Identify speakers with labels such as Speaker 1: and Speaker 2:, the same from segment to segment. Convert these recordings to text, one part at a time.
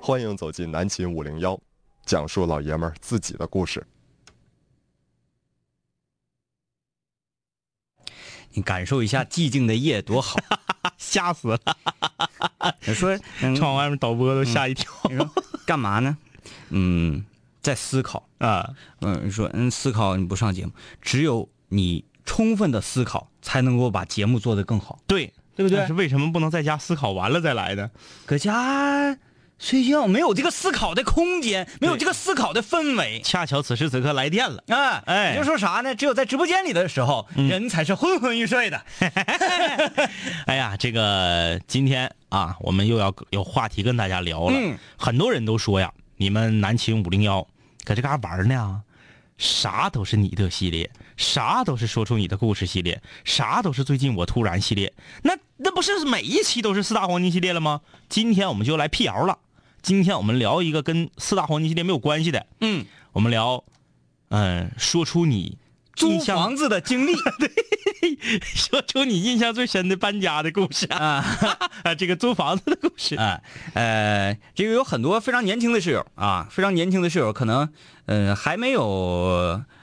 Speaker 1: 欢迎走进南秦五零幺，讲述老爷们儿自己的故事。
Speaker 2: 你感受一下寂静的夜多好。
Speaker 3: 吓死了！
Speaker 2: 你 说，嗯
Speaker 3: 窗外面导播都吓一跳
Speaker 2: 你说干嘛呢？嗯，在思考。
Speaker 3: 啊！
Speaker 2: 嗯，说嗯，思考你不上节目，只有你充分的思考，才能够把节目做得更好。
Speaker 3: 对，
Speaker 2: 对不对
Speaker 3: 但是为什么不能在家思考完了再来呢？
Speaker 2: 搁家睡觉没有这个思考的空间，没有这个思考的氛围。
Speaker 3: 恰巧此时此刻来电了，
Speaker 2: 啊，
Speaker 3: 哎
Speaker 2: 你就说啥呢？只有在直播间里的时候，人才是昏昏欲睡的。
Speaker 3: 哎呀，这个今天啊，我们又要有话题跟大家聊了。
Speaker 2: 嗯
Speaker 3: 很多人都说呀，你们南秦五零幺搁这嘎玩呢，啥都是你的系列，啥都是说出你的故事系列，啥都是最近我突然系列。那那不是每一期都是四大黄金系列了吗？今天我们就来辟谣了。今天我们聊一个跟四大黄金系列没有关系的，
Speaker 2: 嗯，
Speaker 3: 我们聊，嗯、说出你
Speaker 2: 租
Speaker 3: 印象
Speaker 2: 房子的经历
Speaker 3: 说出你印象最深的搬家的故事啊，
Speaker 2: 啊，
Speaker 3: 啊这个租房子的故事。
Speaker 2: 啊，呃，这个有很多非常年轻的室友啊，非常年轻的室友，可能呃还没有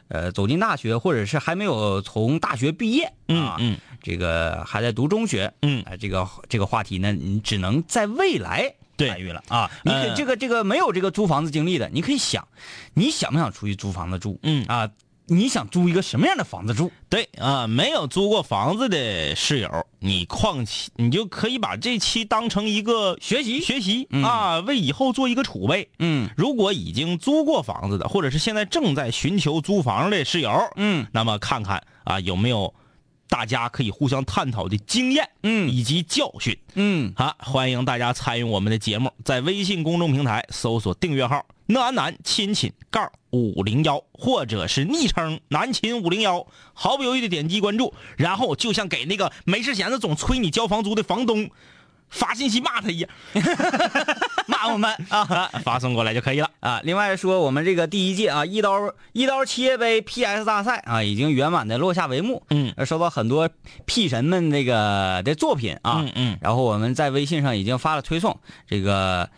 Speaker 2: 呃走进大学，或者是还没有从大学毕业啊，
Speaker 3: 嗯嗯
Speaker 2: 这个还在读中学，
Speaker 3: 嗯
Speaker 2: 啊这个这个话题呢，你只能在未来
Speaker 3: 对
Speaker 2: 参与了啊，你可
Speaker 3: 呃
Speaker 2: 这个这个没有这个租房子经历的，你可以想，你想不想出去租房子住？
Speaker 3: 嗯
Speaker 2: 啊，你想租一个什么样的房子住？
Speaker 3: 对啊，没有租过房子的室友，你况且你就可以把这期当成一个
Speaker 2: 学习
Speaker 3: 学习、啊，为以后做一个储备。
Speaker 2: 嗯
Speaker 3: 如果已经租过房子的，或者是现在正在寻求租房的室友，
Speaker 2: 嗯
Speaker 3: 那么看看啊有没有大家可以互相探讨的经验，
Speaker 2: 嗯
Speaker 3: 以及教训。
Speaker 2: 嗯，
Speaker 3: 好，欢迎大家参与我们的节目，在微信公众平台搜索订阅号“讷安南亲亲杠五零幺”，或者是昵称“南秦五零幺”，毫不犹豫的点击关注，然后就像给那个没事闲的总催你交房租的房东发信息骂他一样，
Speaker 2: 骂我们啊。
Speaker 3: 啊， 发送过来就可以了。
Speaker 2: 啊，另外说我们这个第一届啊一刀一刀企业杯 PS 大赛啊，已经圆满的落下帷幕。
Speaker 3: 嗯
Speaker 2: 呃，收到很多 P 神们那个的作品啊，
Speaker 3: 嗯嗯
Speaker 2: 然后我们在微信上已经发了推送，这个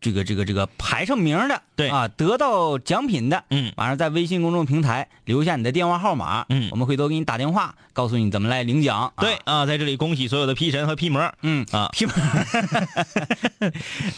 Speaker 2: 这个这个这个排上名儿的，
Speaker 3: 对
Speaker 2: 啊，得到奖品的，
Speaker 3: 嗯
Speaker 2: 晚上在微信公众平台留下你的电话号码，
Speaker 3: 嗯
Speaker 2: 我们回头给你打电话，告诉你怎么来领奖。啊
Speaker 3: 对，啊，在这里恭喜所有的 P 神和 P 魔。
Speaker 2: 嗯
Speaker 3: 啊
Speaker 2: 批判。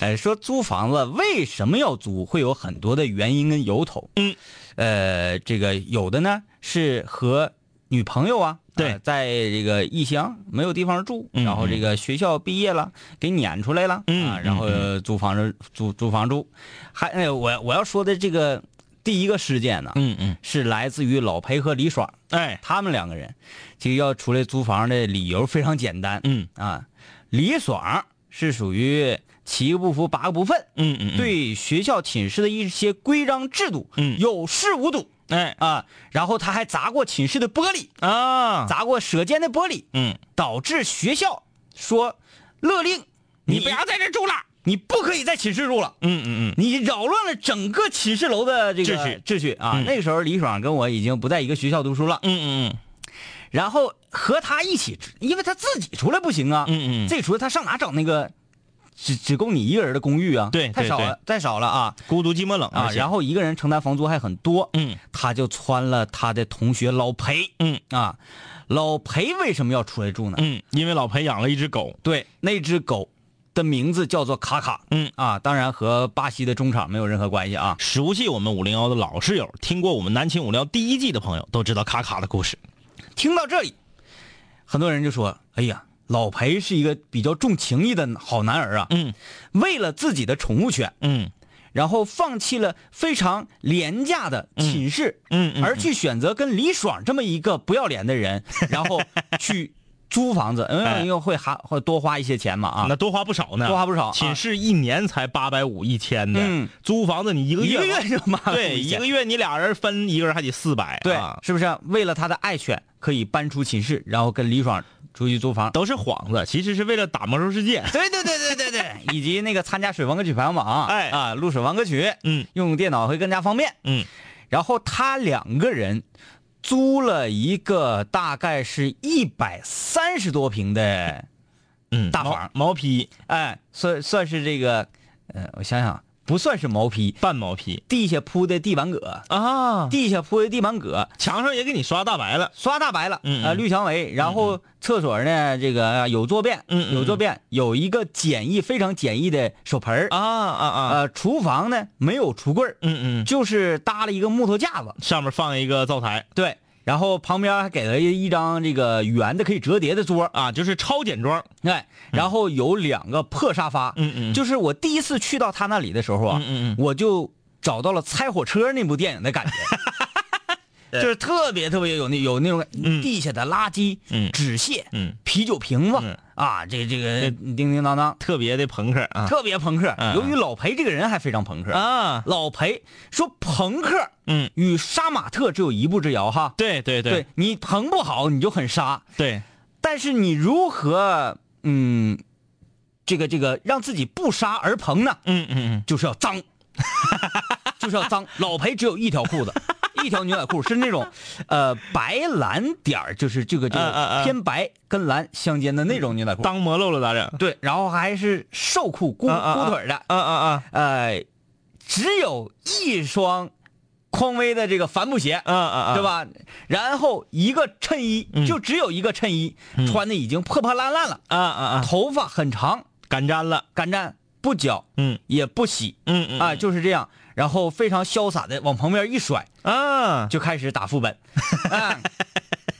Speaker 2: 哎，说租房子为什么要租，会有很多的原因跟由头。
Speaker 3: 嗯，
Speaker 2: 呃，这个有的呢是和女朋友啊，
Speaker 3: 对
Speaker 2: 呃在这个异乡没有地方住，
Speaker 3: 嗯
Speaker 2: 然后这个学校毕业了，给撵出来了，
Speaker 3: 嗯
Speaker 2: 啊，然后租房子租租房住。还，哎，我我要说的这个第一个事件呢，
Speaker 3: 嗯嗯，
Speaker 2: 是来自于老裴和李爽，
Speaker 3: 哎，
Speaker 2: 他们两个人，这个要出来租房的理由非常简单，
Speaker 3: 嗯
Speaker 2: 啊，李爽是属于七个不服八个不忿，
Speaker 3: 嗯嗯，，
Speaker 2: 对学校寝室的一些规章制度，
Speaker 3: 嗯
Speaker 2: 有恃无睹
Speaker 3: 哎
Speaker 2: 啊。然后他还砸过寝室的玻璃，
Speaker 3: 啊，
Speaker 2: 砸过舍监的玻璃，
Speaker 3: 嗯，
Speaker 2: 导致学校说勒令你
Speaker 3: 你不要
Speaker 2: 在这住了，你不可以在寝室住了。
Speaker 3: 嗯嗯嗯，
Speaker 2: 你扰乱了整个寝室楼的这个
Speaker 3: 秩序
Speaker 2: 秩序啊！
Speaker 3: 嗯
Speaker 2: 那个时候李爽跟我已经不在一个学校读书了，
Speaker 3: 嗯嗯
Speaker 2: 然后和他一起，因为他自己出来不行啊，
Speaker 3: 嗯嗯嗯，
Speaker 2: 这除了他上哪找那个只只供你一个人的公寓啊？
Speaker 3: 对
Speaker 2: 太
Speaker 3: 对
Speaker 2: 少
Speaker 3: 对
Speaker 2: 了，太少了啊
Speaker 3: 孤独寂寞冷
Speaker 2: 啊！然
Speaker 3: 后，
Speaker 2: 后一个人承担房租还很多，
Speaker 3: 嗯
Speaker 2: 他就穿了他的同学老裴
Speaker 3: 嗯。
Speaker 2: 啊，老裴为什么要出来住呢？
Speaker 3: 嗯，因为老裴养了一只狗。
Speaker 2: 对，那只狗的名字叫做卡卡，
Speaker 3: 嗯
Speaker 2: 啊，当然和巴西的中场没有任何关系啊。
Speaker 3: 熟悉我们五零幺的老室友，听过我们南秦五零幺第一季的朋友都知道卡卡的故事。
Speaker 2: 听到这里，很多人就说：“哎呀，老裴是一个比较重情义的好男儿啊，
Speaker 3: 嗯
Speaker 2: 为了自己的宠物犬，
Speaker 3: 嗯
Speaker 2: 然后放弃了非常廉价的寝室，
Speaker 3: 嗯嗯
Speaker 2: 而去选择跟李爽这么一个不要脸的 人，然后去租房子，因为
Speaker 3: 哎
Speaker 2: 因为会还会多花一些钱嘛啊
Speaker 3: 那，多花不少呢，
Speaker 2: 多花不少啊
Speaker 3: 寝室一年才八百五一千的，
Speaker 2: 嗯
Speaker 3: 租房子你一个
Speaker 2: 一
Speaker 3: 月
Speaker 2: 个 月就妈
Speaker 3: 对一个
Speaker 2: 月。
Speaker 3: 月你俩人分，一个人还得四百、
Speaker 2: 对
Speaker 3: 啊，
Speaker 2: 是不是为了他的爱犬可以搬出寝室，然后跟李爽出去租房？
Speaker 3: 都是幌子，其实是为了打魔兽世界。
Speaker 2: 对对对对对对，以及那个参加水房歌曲排行榜，
Speaker 3: 哎
Speaker 2: 啊，录水房歌曲，
Speaker 3: 嗯
Speaker 2: 用电脑会更加方便。
Speaker 3: 嗯
Speaker 2: 然后他两个人租了一个大概是一百三十多平的，
Speaker 3: 嗯，
Speaker 2: 大房
Speaker 3: 毛毛坯，
Speaker 2: 哎，算算是这个呃，我想想，不算是毛坯，
Speaker 3: 半毛坯
Speaker 2: 地下铺的地板革，
Speaker 3: 啊，
Speaker 2: 地下铺的地板革，
Speaker 3: 墙上也给你刷大白了，
Speaker 2: 刷大白了，
Speaker 3: 嗯嗯
Speaker 2: 呃，绿墙围，然后厕所呢，这个有坐便，
Speaker 3: 嗯嗯
Speaker 2: 有坐便，有一个简易非常简易的手盆儿，
Speaker 3: 啊啊啊，
Speaker 2: 呃，厨房呢没有橱柜儿，
Speaker 3: 嗯嗯，
Speaker 2: 就是搭了一个木头架子，
Speaker 3: 上面放一个灶台
Speaker 2: 对，然后旁边还给了一张这个圆的可以折叠的桌儿，
Speaker 3: 啊，就是超简装，
Speaker 2: 哎，然后有两个破沙发，
Speaker 3: 嗯嗯就
Speaker 2: 就是我第一次去到他那里的时候啊，
Speaker 3: 嗯嗯
Speaker 2: 我就找到了《拆火车》那部电影的 感觉，就是特别特别有那有那种感
Speaker 3: 嗯
Speaker 2: 地下的垃圾、
Speaker 3: 嗯
Speaker 2: 纸屑、
Speaker 3: 嗯，
Speaker 2: 啤酒瓶子、
Speaker 3: 嗯
Speaker 2: 啊，这这个叮叮当当，
Speaker 3: 特别的朋克啊
Speaker 2: 特别朋克。
Speaker 3: 嗯
Speaker 2: 由于老裴这个人还非常朋克，
Speaker 3: 啊，
Speaker 2: 老裴说朋克
Speaker 3: 嗯，
Speaker 2: 与杀马特只有一步之遥哈。
Speaker 3: 对对对
Speaker 2: 你朋不好你就很杀，
Speaker 3: 对，
Speaker 2: 但是你如何嗯，这个这个让自己不杀而朋呢？
Speaker 3: 嗯嗯
Speaker 2: 就是要脏， 就是要脏。老裴只有一条 裤子，一条牛仔裤是那种，呃，白蓝点儿，就是这个这
Speaker 3: 嗯嗯
Speaker 2: 个
Speaker 3: 嗯
Speaker 2: 偏白跟蓝相间的那种牛仔
Speaker 3: 嗯，
Speaker 2: 裤。
Speaker 3: 当磨漏了咋整？
Speaker 2: 对，然后还是瘦裤箍
Speaker 3: 嗯嗯嗯
Speaker 2: 箍腿儿的，
Speaker 3: 啊啊啊
Speaker 2: 呃，只有一双匡威的这个帆布鞋。
Speaker 3: 啊啊啊，
Speaker 2: 对？吧？然后一个衬衣，
Speaker 3: 嗯
Speaker 2: 就只有一个衬衣，穿的已经破破烂烂了，
Speaker 3: 啊啊啊，
Speaker 2: 头发很长，
Speaker 3: 干粘了，
Speaker 2: 干站不绞
Speaker 3: 嗯
Speaker 2: 也不洗，
Speaker 3: 嗯嗯
Speaker 2: 啊，就是这样，然后非常潇洒的往旁边一甩，
Speaker 3: 啊，
Speaker 2: 就开始打副本， 啊，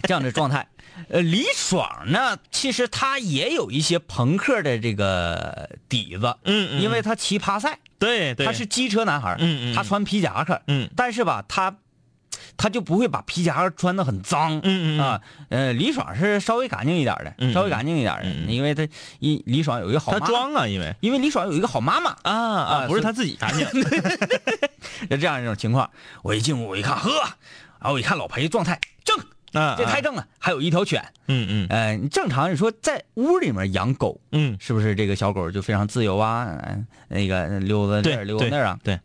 Speaker 2: 这样的状态。呃，李爽呢，其实他也有一些朋克的这个底子，
Speaker 3: 嗯嗯，
Speaker 2: 因为他骑爬赛，
Speaker 3: 对对，
Speaker 2: 他是机车男孩儿，
Speaker 3: 嗯嗯嗯
Speaker 2: 他穿皮夹克，
Speaker 3: 嗯
Speaker 2: 但是吧，他他就不会把皮夹克穿的很脏，
Speaker 3: 嗯嗯嗯
Speaker 2: 啊，呃，李爽是稍微干净一点的，
Speaker 3: 嗯嗯
Speaker 2: 稍微干净一点的，
Speaker 3: 嗯嗯
Speaker 2: 因为他一李爽有一个好
Speaker 3: 他
Speaker 2: 妈妈，
Speaker 3: 装啊，因为
Speaker 2: 因为李爽有一个好妈妈，
Speaker 3: 啊啊，不是他自己 干净，
Speaker 2: 就这样一种情况。我一进屋，我一看，呵，然后我一看老裴状态正，
Speaker 3: 啊，
Speaker 2: 这太正了，还有一条犬。
Speaker 3: 嗯嗯
Speaker 2: 呃，你正常你说在屋里面养狗，
Speaker 3: 嗯，
Speaker 2: 是不是这个小狗就非常自由啊？呃那个溜达这
Speaker 3: 对
Speaker 2: 儿溜达那儿啊？
Speaker 3: 对，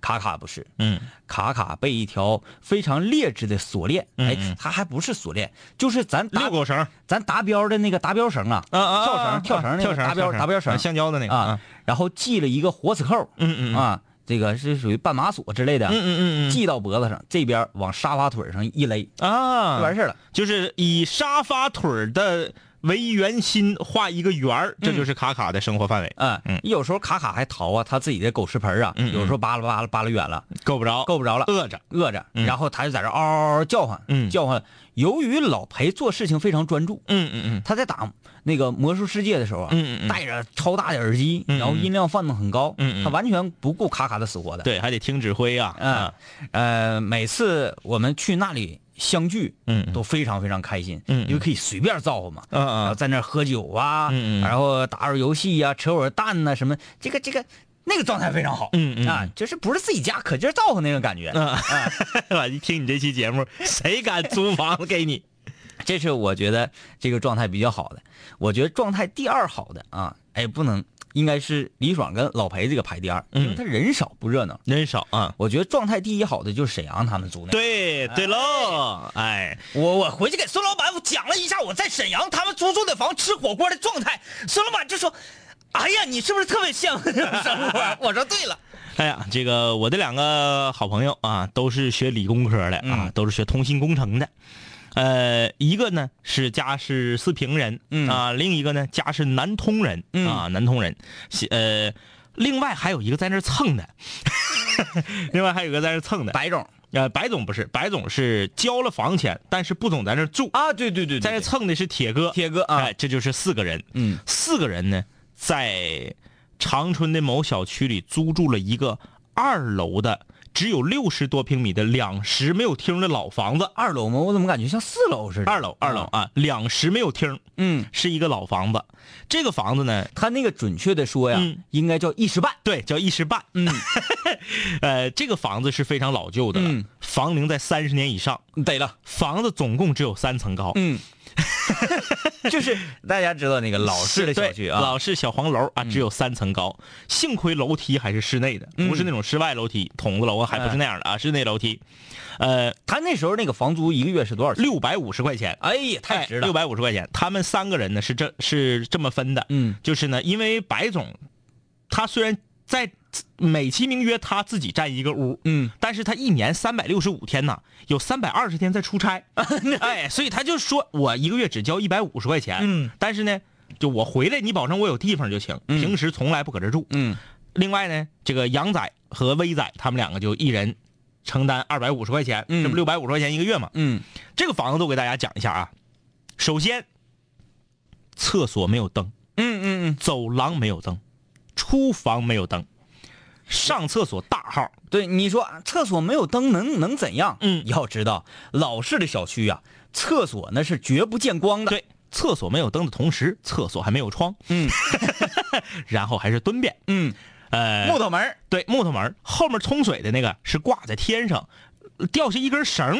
Speaker 2: 卡卡不是，
Speaker 3: 嗯
Speaker 2: 卡卡被一条非常劣质的锁链，
Speaker 3: 嗯
Speaker 2: 哎
Speaker 3: 嗯，
Speaker 2: 它还不是锁链，就是咱
Speaker 3: 遛
Speaker 2: 打
Speaker 3: 狗绳啊
Speaker 2: 咱达标的那个达标绳啊，
Speaker 3: 啊，
Speaker 2: 跳绳跳
Speaker 3: 跳
Speaker 2: 绳那个
Speaker 3: 绳，
Speaker 2: 达标达标绳
Speaker 3: 橡胶的那个
Speaker 2: 啊，，然后系了一个活死扣
Speaker 3: 嗯嗯
Speaker 2: 啊，这个是属于绊马索之类的
Speaker 3: 嗯，嗯嗯
Speaker 2: 系到脖子上，这边往沙发腿上一勒，
Speaker 3: 嗯
Speaker 2: 就
Speaker 3: 啊，
Speaker 2: 完事儿了。
Speaker 3: 就是以沙发腿儿的为圆心画一个圆儿，这就是卡卡的生活范围，嗯
Speaker 2: 嗯，有时候卡卡还逃啊，他自己的狗食盆儿啊，
Speaker 3: 嗯嗯
Speaker 2: 有时候扒拉扒拉扒拉远了，
Speaker 3: 够不着，
Speaker 2: 够不着了，
Speaker 3: 饿着，
Speaker 2: 饿着，
Speaker 3: 嗯
Speaker 2: 然后他就在这嗷嗷嗷叫唤，
Speaker 3: 嗯
Speaker 2: 叫唤。由于老裴做事情非常专注，
Speaker 3: 嗯嗯嗯
Speaker 2: 他在打那个魔兽世界的时候啊，
Speaker 3: 嗯嗯嗯，
Speaker 2: 戴着超大的耳机，
Speaker 3: 嗯嗯
Speaker 2: 然后音量放的很高，
Speaker 3: 嗯嗯
Speaker 2: 他完全不顾卡卡的死活的。，
Speaker 3: 对，还得听指挥啊，
Speaker 2: 嗯，呃，每次我们去那里相聚，
Speaker 3: 嗯
Speaker 2: 都非常非常开心，
Speaker 3: 嗯嗯
Speaker 2: 因为可以随便造化嘛。
Speaker 3: 嗯
Speaker 2: 然后
Speaker 3: 啊，
Speaker 2: 在那儿喝酒啊，
Speaker 3: 嗯嗯
Speaker 2: 然后打会儿游戏呀、扯会儿蛋呐、什么，这个这个那个状态非常好，
Speaker 3: 嗯嗯
Speaker 2: 啊，就是不是自己家可劲儿造化那种感觉。
Speaker 3: 嗯，一听你这期节目，谁敢租房子给你？
Speaker 2: 这是我觉得这个状态比较好的。我觉得状态第二好的啊，哎，不能应该是李爽跟老裴这个排第二，
Speaker 3: 嗯
Speaker 2: 因为他人少不热闹。
Speaker 3: 人少啊，
Speaker 2: 我觉得状态第一好的就是沈阳他们租那个。
Speaker 3: 对对喽，哎，
Speaker 2: 我我回去给孙老板我讲了一下我在沈阳他们租住的房吃火锅的状态，孙老板就说：“哎呀，你是不是特别 羡慕这种生活？”我说：“对了。
Speaker 3: 哎呀，这个我的两个好朋友啊，都是学理工科的啊，
Speaker 2: 嗯
Speaker 3: 都是学通信工程的。呃，一个呢是家是四平人，
Speaker 2: 嗯
Speaker 3: 啊，另一个呢家是南通人，
Speaker 2: 嗯
Speaker 3: 啊，南通人，西呃，另外还有一个在那儿蹭的， 另外还有一个在那儿蹭”的，
Speaker 2: 白总
Speaker 3: 呃，白总不是，白总是交了房钱，但是不总在那儿住，
Speaker 2: 啊，对对对
Speaker 3: 在那儿蹭的是铁哥，
Speaker 2: 铁哥啊
Speaker 3: 哎，这就是四个人，
Speaker 2: 嗯
Speaker 3: 四个人呢，在长春的某小区里租住了一个二楼的，只有六十多平米的两室没有厅的老房子。
Speaker 2: 二楼吗？我怎么感觉像四楼似的？
Speaker 3: 二楼，二楼啊，两室没有厅，
Speaker 2: 嗯，
Speaker 3: 是一个老房子。这个房子呢，
Speaker 2: 他那个准确的说呀，
Speaker 3: 嗯
Speaker 2: 应该叫一室半。
Speaker 3: 对，叫一室半。
Speaker 2: 嗯，
Speaker 3: 呃，这个房子是非常老旧的了
Speaker 2: 嗯
Speaker 3: 房龄在三十年以上。
Speaker 2: 得嗯了。
Speaker 3: 房子总共只有三层高，
Speaker 2: 嗯，就是大家知道那个老式的小区
Speaker 3: 对
Speaker 2: 啊，
Speaker 3: 老式小黄楼啊，只有三层高，幸亏楼梯还是室内的，
Speaker 2: 嗯哎
Speaker 3: 不是那种室外楼梯，筒子楼啊，还不是那样的啊，室内楼梯，呃，
Speaker 2: 他那时候那个房租一个月是多少钱？
Speaker 3: 六百五十块钱，
Speaker 2: 哎呀，太值
Speaker 3: 六
Speaker 2: 了。
Speaker 3: 百五十块钱。他们三个人呢是这是这么分的，
Speaker 2: 嗯
Speaker 3: 就是呢，因为白总他虽然在美其名曰他自己占一个屋，
Speaker 2: 嗯，
Speaker 3: 但是他一年三百六十五天呐，有三百二十天在 出差，哎，所以他就说我一个月只交一百五十块钱，
Speaker 2: 嗯，
Speaker 3: 但是呢，就我回来你保证我有地方就行，平时从来不搁这住。
Speaker 2: 嗯
Speaker 3: 另外呢，这个杨仔和威仔他们两个就一人承担二百五十块钱，
Speaker 2: 嗯
Speaker 3: 这不六百五十块钱一个月嘛？
Speaker 2: 嗯
Speaker 3: 这个房子我给大家讲一下啊，首先，厕所没有灯，
Speaker 2: 嗯嗯嗯，
Speaker 3: 走廊没有灯，厨房没有灯，上厕所大号，
Speaker 2: 对，你说啊厕所没有灯能能怎样？
Speaker 3: 嗯
Speaker 2: 要知道老式的小区啊，厕所那是绝不见光的。，
Speaker 3: 对，厕所没有灯的同时，厕所还没有窗，
Speaker 2: 嗯
Speaker 3: 然后还是蹲便，
Speaker 2: 嗯，
Speaker 3: 呃，
Speaker 2: 木头门儿
Speaker 3: 对木头门儿后面冲水的那个是挂在天上，吊下一根绳儿，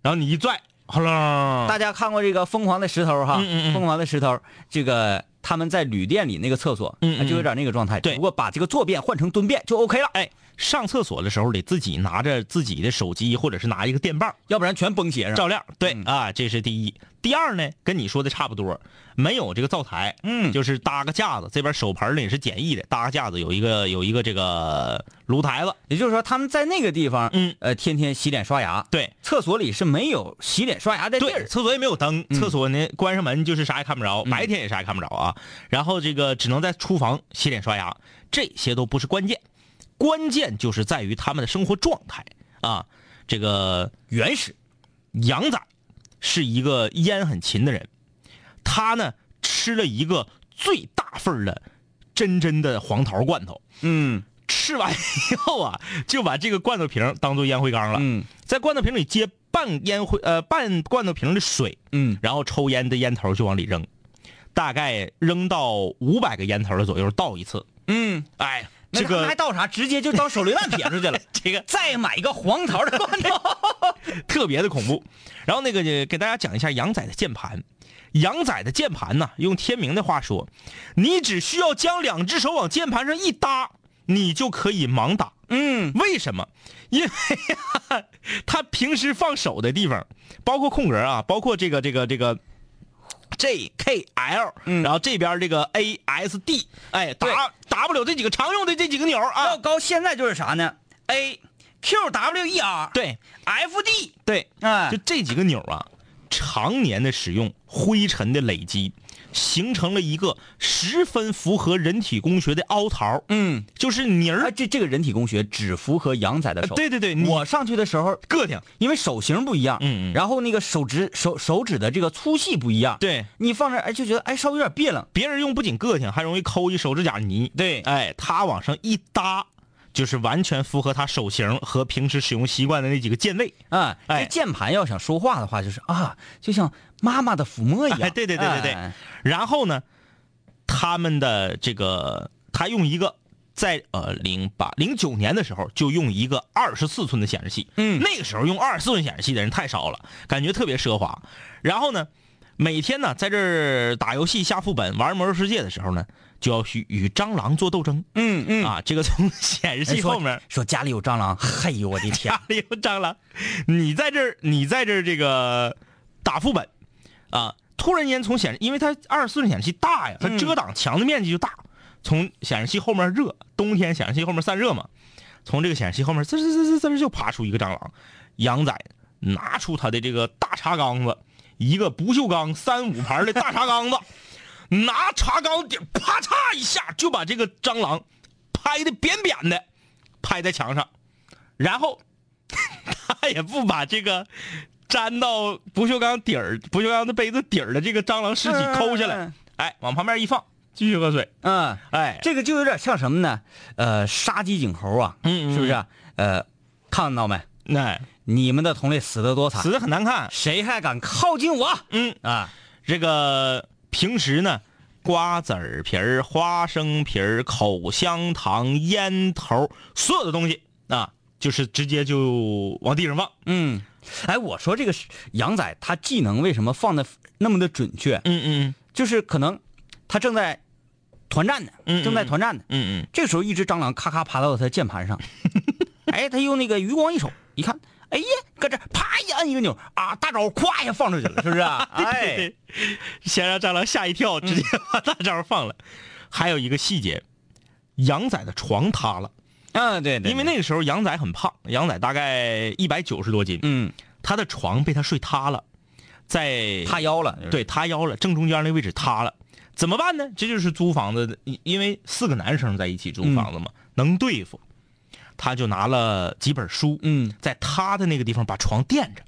Speaker 3: 然后你一拽，哗啦，
Speaker 2: 大家看过这个《疯狂的石头》哈，
Speaker 3: 嗯嗯嗯
Speaker 2: 疯狂的石头》这个他们在旅店里那个厕所，
Speaker 3: 嗯嗯
Speaker 2: 就有点那个状态。
Speaker 3: 对
Speaker 2: 不过把这个坐便换成蹲便就 OK 了，
Speaker 3: 哎，上厕所的时候得自己拿着自己的手机，或者是拿一个电棒
Speaker 2: 要不然全崩鞋上。
Speaker 3: 照亮。对、
Speaker 2: 嗯
Speaker 3: 啊，这是第一。第二呢，跟你说的差不多，没有这个灶台，
Speaker 2: 嗯
Speaker 3: 就是搭个架子。这边手盆呢也是简易的，搭个架子有一个有一个这个炉台子。
Speaker 2: 也就是说，他们在那个地方，
Speaker 3: 嗯，
Speaker 2: 呃，天天洗脸刷牙。
Speaker 3: 对
Speaker 2: 厕所里是没有洗脸刷牙的地
Speaker 3: 对，
Speaker 2: 儿。
Speaker 3: 厕所也没有灯，
Speaker 2: 嗯
Speaker 3: 厕所呢关上门就是啥也看不着，白天也啥也看不着啊。然后这个只能在厨房洗脸刷牙，这些都不是关键，关键就是在于他们的生活状态啊。这个
Speaker 2: 原始，
Speaker 3: 杨仔是一个烟很勤的人，他呢吃了一个最大份儿的真真的黄桃罐头，
Speaker 2: 嗯
Speaker 3: 吃完以后啊，就把这个罐头瓶当做烟灰缸了，
Speaker 2: 嗯
Speaker 3: 在罐头瓶里接半烟灰呃半罐头瓶的水，
Speaker 2: 嗯，
Speaker 3: 然后抽烟的烟头就往里扔，大概扔到五百个烟头的左右倒一次。
Speaker 2: 嗯，
Speaker 3: 哎，
Speaker 2: 那
Speaker 3: 这
Speaker 2: 还
Speaker 3: 个
Speaker 2: 倒啥？直接就当 手榴弹撇出去了。
Speaker 3: 这个
Speaker 2: 再买一个黄桃的罐头。
Speaker 3: 特别的恐怖。然后那个呃给大家讲一下杨仔的键盘。杨仔的键盘呢，用天明的话说，你只需要将两只手往键盘上一搭，你就可以盲打。
Speaker 2: 嗯
Speaker 3: 为什么？因为、呀，他平时放手的地方，包括空格啊，包括这个这个这个 J K L，、
Speaker 2: 嗯
Speaker 3: 然后这边这个 A S D，哎
Speaker 2: 对
Speaker 3: ，W W 这几个常用的这几个钮儿
Speaker 2: 要
Speaker 3: 啊，
Speaker 2: 高现在就是啥呢？A Q W E R
Speaker 3: 对
Speaker 2: F D，
Speaker 3: 对，
Speaker 2: 哎
Speaker 3: 就这几个钮儿啊，常年的使用，灰尘的累积，形成了一个十分符合人体工学的凹槽，
Speaker 2: 嗯，
Speaker 3: 就是泥
Speaker 2: 哎，
Speaker 3: 儿，
Speaker 2: 这这个人体工学只符合杨仔的手。
Speaker 3: 对对对，你
Speaker 2: 我上去的时候，
Speaker 3: 个挺，
Speaker 2: 因为手型不一样，
Speaker 3: 嗯嗯
Speaker 2: 然后那个手指手手指的这个粗细不一样，，
Speaker 3: 对。
Speaker 2: 你放这儿哎就觉得哎稍微有点别棱，
Speaker 3: 别人用不仅个挺，还容易抠一手指甲泥。
Speaker 2: 对
Speaker 3: 哎，他往上一搭，就是完全符合他手型和平时使用习惯的那几个键位。
Speaker 2: 啊，
Speaker 3: 哎
Speaker 2: 这键盘要想说话的话，就是啊，就像妈妈的抚摸一样，
Speaker 3: 哎对对对对对
Speaker 2: 哎
Speaker 3: 然后呢，他们的这个，他用一个在呃零八零九年的时候，就用一个二十四寸的显示器。
Speaker 2: 嗯
Speaker 3: 那个时候用二十四寸显示器的人太少了，感觉特别奢华。然后呢，每天呢在这儿打游戏、下副本、玩魔兽世界的时候呢，就要去与蟑螂做斗争。
Speaker 2: 嗯嗯，
Speaker 3: 啊，这个从显示
Speaker 2: 人
Speaker 3: 器
Speaker 2: 说
Speaker 3: 后面。
Speaker 2: 说家里有蟑螂，嘿呦我的天，
Speaker 3: 家里有蟑螂，你在这儿，你在这儿这个打副本啊，突然间从显示，因为它二十四寸显示器大呀，它
Speaker 2: 嗯
Speaker 3: 遮挡墙的面积就大，从显示器后面热，冬天显示器后面散热嘛，从这个显示器后面滋滋滋滋滋就爬出一个蟑螂，杨仔拿出他的这个大茶缸子，一个不锈钢三五牌的大茶缸子， 拿茶缸顶啪嚓一下就把这个蟑螂拍的扁扁的，拍在墙上，然后 他也不把这个粘到不锈钢底儿、不锈钢的杯子底儿的这个蟑 螂尸体抠下
Speaker 2: 嗯嗯
Speaker 3: 来
Speaker 2: 嗯，
Speaker 3: 哎，往旁边一放，继续喝水，
Speaker 2: 嗯。
Speaker 3: 哎，
Speaker 2: 这个就有点像什么呢？呃，杀鸡儆猴啊，
Speaker 3: 嗯嗯
Speaker 2: 是不是啊、呃，看到没？
Speaker 3: 那
Speaker 2: 你们的同类死的多惨
Speaker 3: 死，的很难看，
Speaker 2: 谁还敢靠近我
Speaker 3: 嗯。
Speaker 2: 啊？
Speaker 3: 这个平时呢，瓜子儿皮儿、花生皮儿、口香糖、烟头，所有的东西啊，就是直接就往地上放。
Speaker 2: 嗯，哎，我说这个是杨仔他技能为什么放的那么的准确？
Speaker 3: 嗯嗯
Speaker 2: 就是可能他正在团战呢，
Speaker 3: 嗯嗯
Speaker 2: 正在团战呢。
Speaker 3: 嗯
Speaker 2: 这时候一只蟑螂咔咔爬到他的键盘 上，哎，他用那个余光一瞅，一看，哎呀，搁这啪一按一个钮啊，大招咵一下放出去了，是不是啊？
Speaker 3: 嗯， 对
Speaker 2: 哎，
Speaker 3: 对，
Speaker 2: 嗯
Speaker 3: 先让蟑螂吓一跳，直接把大招放了。还有一个细节，杨仔的床塌了，
Speaker 2: 嗯，对对，
Speaker 3: 因为那个时候杨仔很胖，杨仔大概一百九十多斤，
Speaker 2: 嗯
Speaker 3: 他的床被他睡塌了，在
Speaker 2: 塌腰了，
Speaker 3: 对塌腰了，正中间那位置塌了，怎么办呢？这就是租房子的，因因为四个男生在一起租
Speaker 2: 嗯
Speaker 3: 房子嘛，能对付，他就拿了几本书，
Speaker 2: 嗯
Speaker 3: 在他的那个地方把床垫着，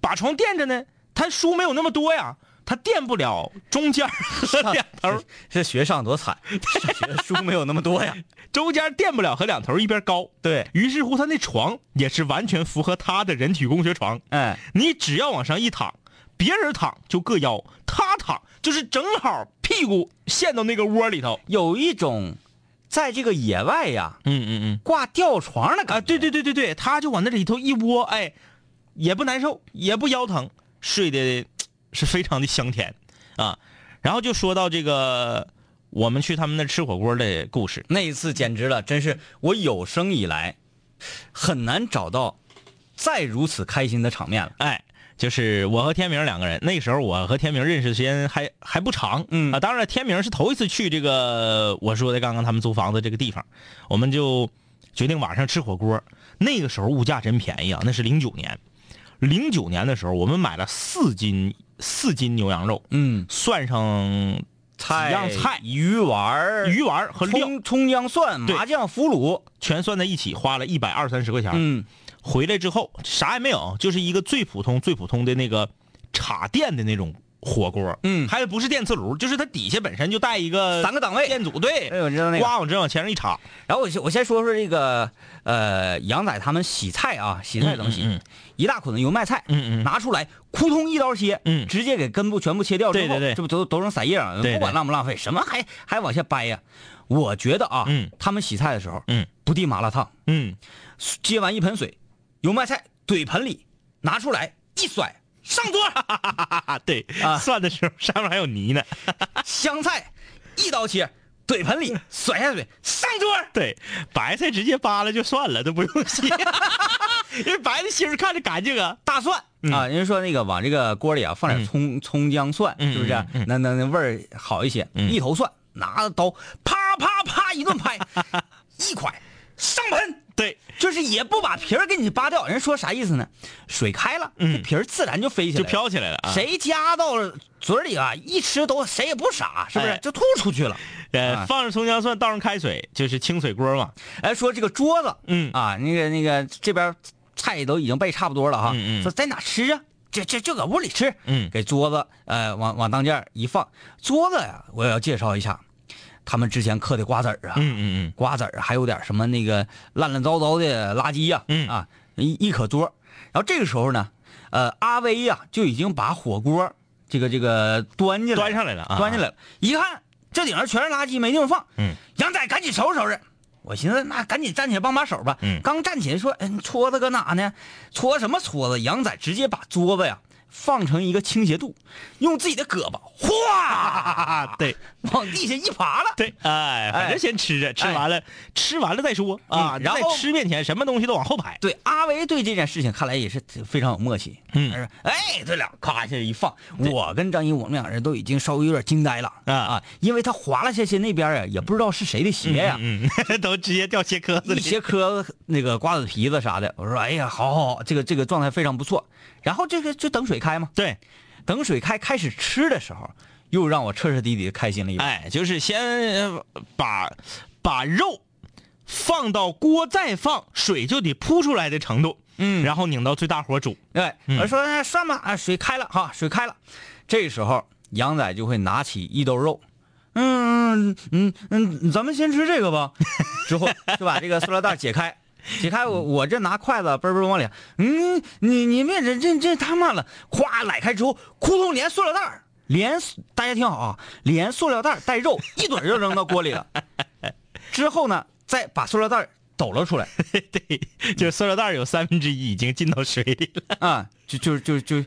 Speaker 3: 把床垫着呢，他书没有那么多呀，他垫不了中 间儿和两头儿，
Speaker 2: 这学上多 惨，上学书没有那么多呀。
Speaker 3: 中间儿垫不了和两头儿一边高。
Speaker 2: 对，
Speaker 3: 于是乎，他那床也是完全符合他的人体工学床，
Speaker 2: 哎，
Speaker 3: 你只要往上一躺，别人躺就硌腰，他躺就是正好屁股陷到那个窝里头。
Speaker 2: 有一种在这个野外呀
Speaker 3: 嗯嗯嗯。
Speaker 2: 挂吊床的感觉。
Speaker 3: 啊，对对对对对，他就往那里头一窝，哎，也不难受，也不腰疼，睡的是非常的香甜啊。然后就说到这个我们去他们那儿吃火锅的故事，
Speaker 2: 那一次简直了，真是我有生以来很难找到再如此开心的场面了。
Speaker 3: 哎，就是我和天明两个人，那个时候我和天明认识的时间还还不长，
Speaker 2: 嗯
Speaker 3: 啊，当然了天明是头一次去这个我说的刚刚他们租房子这个地方，我们就决定晚上吃火锅。那个时候物价真便宜啊，那是零九年，零九年的时候我们买了四斤四斤牛羊肉，
Speaker 2: 嗯，
Speaker 3: 算上
Speaker 2: 菜、
Speaker 3: 几样菜
Speaker 2: 鱼丸儿、
Speaker 3: 鱼丸和料，
Speaker 2: 葱、葱姜蒜、
Speaker 3: 对
Speaker 2: 麻酱、腐乳。
Speaker 3: 全算在一起花了一百二三十块钱。
Speaker 2: 嗯，
Speaker 3: 回来之后啥也没有，就是一个最普通、最普通的那个插电的那种火锅，
Speaker 2: 嗯
Speaker 3: 还不是电磁炉，就是它底下本身就带一个
Speaker 2: 三个档位。
Speaker 3: 电阻，对，
Speaker 2: 哎，我知道那个。
Speaker 3: 呱往这往前上一插，
Speaker 2: 然后我先我先说说这个呃，杨仔他们洗菜啊，洗菜怎么洗？
Speaker 3: 嗯
Speaker 2: 一大捆子油麦菜，
Speaker 3: 嗯嗯
Speaker 2: 拿出来，扑通一刀切，
Speaker 3: 嗯
Speaker 2: 直接给根部全部切掉之后，
Speaker 3: 对对对
Speaker 2: 这不都都成散叶了？
Speaker 3: 对对
Speaker 2: 不管浪不浪费，什么还还往下掰呀？我觉得啊，
Speaker 3: 嗯
Speaker 2: 他们洗菜的时候，
Speaker 3: 嗯
Speaker 2: 不滴麻辣烫，
Speaker 3: 嗯
Speaker 2: 接完一盆水，油麦菜怼盆里，拿出来一甩，上桌，
Speaker 3: 啊，对
Speaker 2: 啊，
Speaker 3: 涮的时候上面还有泥呢，
Speaker 2: 香菜一刀切，怼盆里甩下水，上桌。
Speaker 3: 对，白菜直接扒拉就算了，都不用 洗，因为白的芯儿看着干净啊，
Speaker 2: 大蒜、
Speaker 3: 嗯
Speaker 2: 啊，人家说那个往这个锅里啊放点
Speaker 3: 嗯
Speaker 2: 葱、葱姜蒜，
Speaker 3: 嗯
Speaker 2: 是不是、
Speaker 3: 嗯嗯
Speaker 2: 那那那味儿好一些。
Speaker 3: 嗯
Speaker 2: 一头蒜，拿着刀啪啪啪一顿拍，一蒯上盆，
Speaker 3: 对，
Speaker 2: 就是也不把皮儿给你扒掉。人家说啥意思呢？水开了，
Speaker 3: 嗯
Speaker 2: 这皮儿自然就飞起来
Speaker 3: 就
Speaker 2: 了。
Speaker 3: 飘起来了啊。
Speaker 2: 谁夹到嘴里啊，一吃都谁也不傻，是不是、
Speaker 3: 哎
Speaker 2: 就吐出去了？啊
Speaker 3: 呃，放上葱姜蒜，倒上开水，就是清水锅嘛。
Speaker 2: 哎，说这个桌子，
Speaker 3: 嗯
Speaker 2: 啊，那个那个这边菜都已经备差不多了哈，
Speaker 3: 嗯嗯
Speaker 2: 说在哪吃啊？这这就搁屋里吃，
Speaker 3: 嗯
Speaker 2: 给桌子呃往往当间儿一放，桌子呀，我要介绍一下，他们之前嗑的瓜子儿啊，
Speaker 3: 嗯嗯
Speaker 2: 瓜子儿还有点什么那个烂烂糟糟的垃圾呀、
Speaker 3: 嗯
Speaker 2: 啊，一一可桌。然后这个时候呢，呃，阿威呀、就已经把火锅这个这个端进来了，
Speaker 3: 端上来了啊
Speaker 2: 端进来了。一看这顶上全是垃圾，没地方放。
Speaker 3: 嗯，
Speaker 2: 杨仔赶紧收拾收拾。我寻思，那赶紧站起来帮把手吧。
Speaker 3: 嗯
Speaker 2: 刚站起来说，嗯、搓子搁哪呢？搓什么搓子？杨仔直接把桌子呀放成一个倾斜度，用自己的胳膊哗
Speaker 3: 嗯， 对
Speaker 2: 往地下一爬了。
Speaker 3: 对，哎，反正先吃着，吃完了，吃完了再说啊。
Speaker 2: 嗯然后
Speaker 3: 在吃面前，什么东西都往后排。
Speaker 2: 对，阿维对这件事情看来也是非常有默契。
Speaker 3: 嗯
Speaker 2: 他说，哎，对了，咔一下一放，我跟张一我们两人都已经稍微有点惊呆了
Speaker 3: 啊
Speaker 2: 啊，因为他滑了下去那边啊，也不知道是谁的鞋呀、
Speaker 3: 嗯，嗯 都直接掉鞋壳子
Speaker 2: 一
Speaker 3: 里。
Speaker 2: 鞋磕那个瓜子皮子啥的，我说哎呀，好好，好，这个这个状态非常不错。然后这个就等水开嘛，
Speaker 3: 对，
Speaker 2: 等水开开始吃的时候，又让我彻彻底底的开心了一把。
Speaker 3: 哎，就是先呃把把肉放到锅，再放水就得扑出来的程度，
Speaker 2: 嗯
Speaker 3: 然后拧到最大火煮。
Speaker 2: 对，
Speaker 3: 嗯
Speaker 2: 我说哎算吧，啊，水开了哈，水开了。这时候杨仔就会拿起一兜肉，嗯嗯嗯嗯，咱们先吃这个吧。之后就把这个塑料袋解开，解开我我这拿筷子嘣嘣往里，嗯，你你别这这这太慢了，咵来开之后，扑通连塑料袋儿连大家听好啊，连塑料袋儿带肉一怼就扔到锅里了。之后呢，再把塑料袋儿抖了出来。
Speaker 3: 对，就是塑料袋有三分之一已经进到水里了。
Speaker 2: 啊，就就就就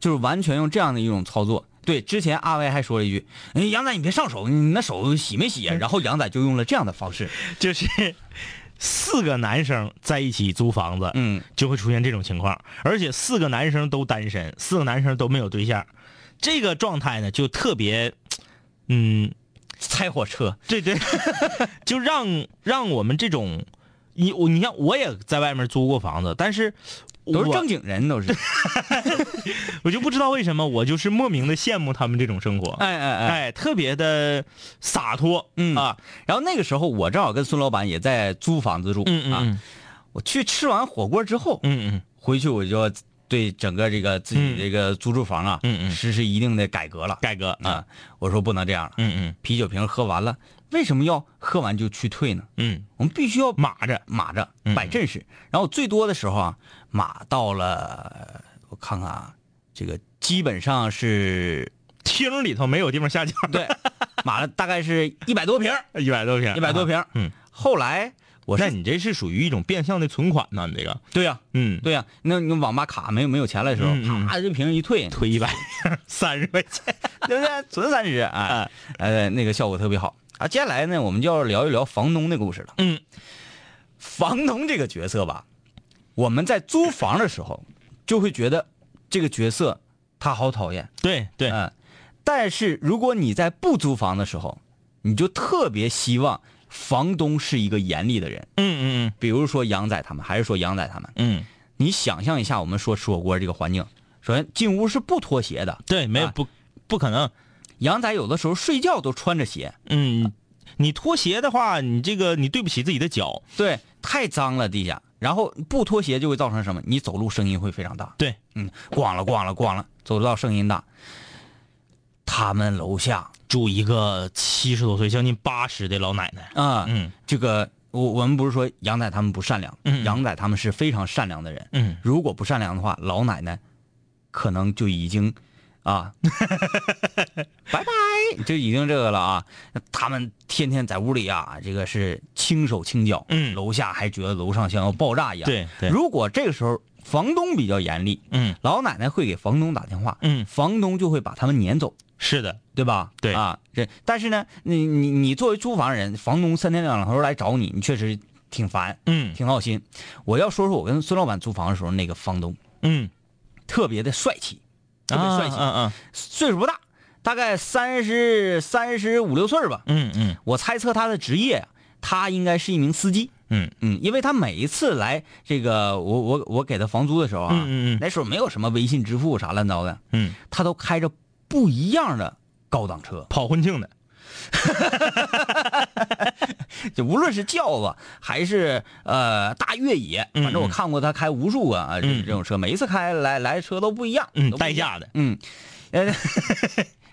Speaker 2: 就是完全用这样的一种操作。对，之前阿威还说了一句：“哎，杨仔，你别上手，你那手洗没洗啊？”然后杨仔就用了这样的方式。
Speaker 3: 就是四个男生在一起租房子，
Speaker 2: 嗯，
Speaker 3: 就会出现这种情况，而且四个男生都单身，四个男生都没有对象，这个状态呢就特别，嗯，
Speaker 2: 拆火车，
Speaker 3: 对对， 就让让我们这种，你我你像我也在外面租过房子，但是
Speaker 2: 都是
Speaker 3: 我
Speaker 2: 正经人，都 是。
Speaker 3: 我就不知道为什么，我就是莫名的羡慕他们这种生活，
Speaker 2: 哎哎哎，
Speaker 3: 哎，特别的洒脱，
Speaker 2: 嗯
Speaker 3: 啊，
Speaker 2: 然后那个时候我正好跟孙老板也在租房子住
Speaker 3: 嗯嗯
Speaker 2: 啊，
Speaker 3: 嗯
Speaker 2: 我去吃完火锅之后，
Speaker 3: 嗯嗯
Speaker 2: 回去我就要对整个这个自己这个租住房啊，
Speaker 3: 嗯嗯
Speaker 2: 实施一定的改革了。
Speaker 3: 改革
Speaker 2: 啊，我说不能这样了，
Speaker 3: 嗯嗯
Speaker 2: 啤酒瓶喝完了，为什么要喝完就去退呢？
Speaker 3: 嗯
Speaker 2: 我们必须要码着码着摆阵势。然后最多的时候啊，码到了我看看啊，这个基本上是
Speaker 3: 厅里头没有地方下脚，
Speaker 2: 对，码了大概是一百多瓶儿，
Speaker 3: 一百多平，
Speaker 2: 一百多平。
Speaker 3: 嗯，
Speaker 2: 后来我
Speaker 3: 那
Speaker 2: 是
Speaker 3: 你这是属于一种变相的存款呐，你这个，
Speaker 2: 对呀、
Speaker 3: 嗯，
Speaker 2: 对呀、那那网吧卡没有没有钱了的时候，
Speaker 3: 嗯嗯
Speaker 2: 啪这瓶一 退，
Speaker 3: 退一百，三十块钱，
Speaker 2: 对不对？存三十啊，
Speaker 3: 哎
Speaker 2: 呃，那个效果特别好啊。接下来呢，我们就要聊一聊房东的故事了。
Speaker 3: 嗯，
Speaker 2: 房东这个角色吧，我们在租房的时候就会觉得这个角色他好讨厌，
Speaker 3: 对对，
Speaker 2: 嗯、但是如果你在不租房的时候，你就特别希望房东是一个严厉的人，
Speaker 3: 嗯嗯
Speaker 2: 比如说杨仔他们，还是说杨仔他们，
Speaker 3: 嗯，
Speaker 2: 你想象一下，我们说吃火锅这个环境，首先进屋是不脱鞋的，
Speaker 3: 对，没有
Speaker 2: 啊
Speaker 3: 不不可能，
Speaker 2: 杨仔有的时候睡觉都穿着鞋，
Speaker 3: 嗯，你脱鞋的话，你这个你对不起自己的脚。
Speaker 2: 对，太脏了地下。然后不脱鞋就会造成什么？你走路声音会非常大。
Speaker 3: 对，
Speaker 2: 嗯，咣了咣了咣了，走道声音大。他们楼下
Speaker 3: 住一个七十多岁、将近八十的老奶奶。
Speaker 2: 啊，
Speaker 3: 嗯
Speaker 2: 这个我我们不是说杨仔他们不善良，
Speaker 3: 嗯嗯
Speaker 2: 杨仔他们是非常善良的人。
Speaker 3: 嗯，
Speaker 2: 如果不善良的话，老奶奶可能就已经 啊，拜拜，就已经这个了啊。他们天天在屋里啊，这个是轻手轻脚，
Speaker 3: 嗯
Speaker 2: 楼下还觉得楼上像要爆炸一样。
Speaker 3: 对对
Speaker 2: 如果这个时候房东比较严厉，
Speaker 3: 嗯
Speaker 2: 老奶奶会给房东打电话，
Speaker 3: 嗯，
Speaker 2: 房东就会把他们撵走。
Speaker 3: 是的，
Speaker 2: 对吧？
Speaker 3: 对
Speaker 2: 啊，这但是呢，你你你作为租房人，房东三天两头来找你，你确实挺烦，
Speaker 3: 嗯
Speaker 2: 挺闹心。我要说说我跟孙老板租房的时候，那个房东
Speaker 3: 嗯，
Speaker 2: 特别的帅气，特别帅气，
Speaker 3: 嗯嗯
Speaker 2: 岁数不大，大概三十三十五六岁儿吧。
Speaker 3: 嗯嗯
Speaker 2: 我猜测他的职业呀、他应该是一名司机。
Speaker 3: 嗯
Speaker 2: 嗯，因为他每一次来这个我我我给他房租的时候啊，
Speaker 3: 嗯嗯嗯
Speaker 2: 那时候没有什么微信支付啥乱糟的，
Speaker 3: 嗯，
Speaker 2: 他都开着不一样的高档车。
Speaker 3: 跑婚庆的，
Speaker 2: 就无论是轿子还是呃大越野，
Speaker 3: 嗯
Speaker 2: 反正我看过他开无数个啊、这
Speaker 3: 嗯
Speaker 2: 这种车，每一次开来来车都不一样，
Speaker 3: 嗯，
Speaker 2: 都不
Speaker 3: 代
Speaker 2: 一样。
Speaker 3: 驾的，
Speaker 2: 嗯，呃，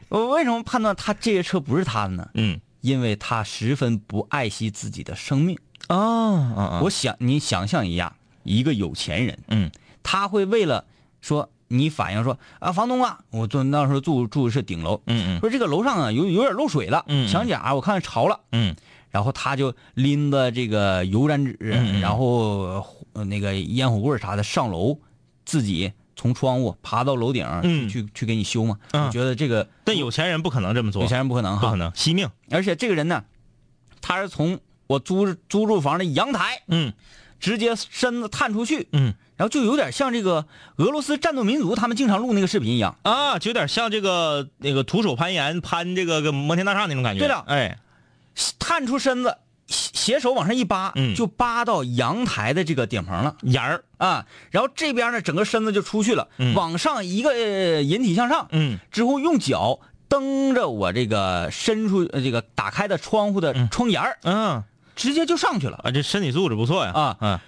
Speaker 2: 我为什么判断他这些车不是他的呢？
Speaker 3: 嗯
Speaker 2: 因为他十分不爱惜自己的生命。
Speaker 3: 啊啊啊，
Speaker 2: 我想你想象一下，一个有钱人，
Speaker 3: 嗯
Speaker 2: 他会为了说你反映说啊，房东啊，我住那时候住住的是顶楼，
Speaker 3: 嗯嗯
Speaker 2: 说这个楼上啊有有点漏水了，
Speaker 3: 嗯嗯
Speaker 2: 墙角啊我看潮了。
Speaker 3: 嗯
Speaker 2: 然后他就拎着这个油毡纸，
Speaker 3: 嗯嗯
Speaker 2: 然后呃那个烟火棍啥的上楼，自己从窗户爬到楼顶，
Speaker 3: 嗯
Speaker 2: 去去给你修嘛。
Speaker 3: 嗯
Speaker 2: 我觉得这个
Speaker 3: 但有钱人不可能这么做，
Speaker 2: 有钱人不可能
Speaker 3: 不可
Speaker 2: 哈，
Speaker 3: 能惜命。
Speaker 2: 而且这个人呢，他是从我租租住房的阳台
Speaker 3: 嗯
Speaker 2: 直接身子探出去，
Speaker 3: 嗯
Speaker 2: 然后就有点像这个俄罗斯战斗民族他们经常录那个视频一样。
Speaker 3: 啊，就有点像这个那个徒手攀岩攀这个个摩天大厦那种感觉。
Speaker 2: 对了
Speaker 3: 哎，
Speaker 2: 探出身子，斜斜手往上一扒，
Speaker 3: 嗯
Speaker 2: 就扒到阳台的这个顶棚了
Speaker 3: 沿儿，
Speaker 2: 啊。然后这边呢，整个身子就出去了，
Speaker 3: 嗯
Speaker 2: 往上一个、呃引体向上，
Speaker 3: 嗯
Speaker 2: 之后用脚蹬着我这个伸出呃这个打开的窗户的窗沿儿，
Speaker 3: 嗯
Speaker 2: 直接就上去了。
Speaker 3: 啊，这身体素质不错呀。
Speaker 2: 啊
Speaker 3: 嗯，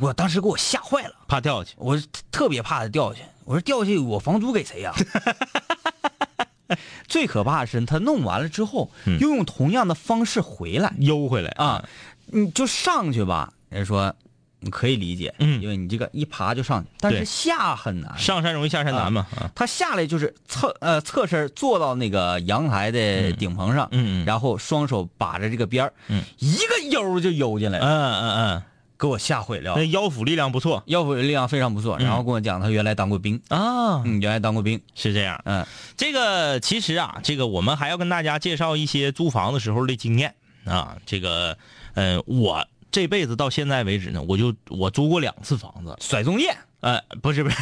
Speaker 2: 我当时给我吓坏了，
Speaker 3: 怕掉下去。
Speaker 2: 我特别怕他掉下去。我说掉下去，我房租给谁呀、 最可怕的是，他弄完了之后，
Speaker 3: 嗯
Speaker 2: 又用同样的方式回来。
Speaker 3: 悠回来
Speaker 2: 啊，你就上去吧。人家说你可以理解，
Speaker 3: 嗯
Speaker 2: 因为你这个一爬就上去，但是下很难。
Speaker 3: 上山容易下山难嘛。啊，
Speaker 2: 他下来就是侧呃侧身坐到那个阳台的顶棚上，
Speaker 3: 嗯嗯
Speaker 2: 然后双手把着这个边儿，
Speaker 3: 嗯
Speaker 2: 一个悠就悠进来了，
Speaker 3: 嗯哎嗯嗯，
Speaker 2: 给我吓毁了
Speaker 3: 那。腰腹力量不错
Speaker 2: 要不力量非常不
Speaker 3: 嗯
Speaker 2: 错，然后跟我讲他原来当过兵，
Speaker 3: 啊，
Speaker 2: 嗯，原来当过兵，
Speaker 3: 是这样。
Speaker 2: 嗯
Speaker 3: 这个其实啊，这个我们还要跟大家介绍一些租房的时候的经验啊。这个，呃，我这辈子到现在为止呢，我就我租过两次房子
Speaker 2: 甩粽叶
Speaker 3: 呃，不是不是，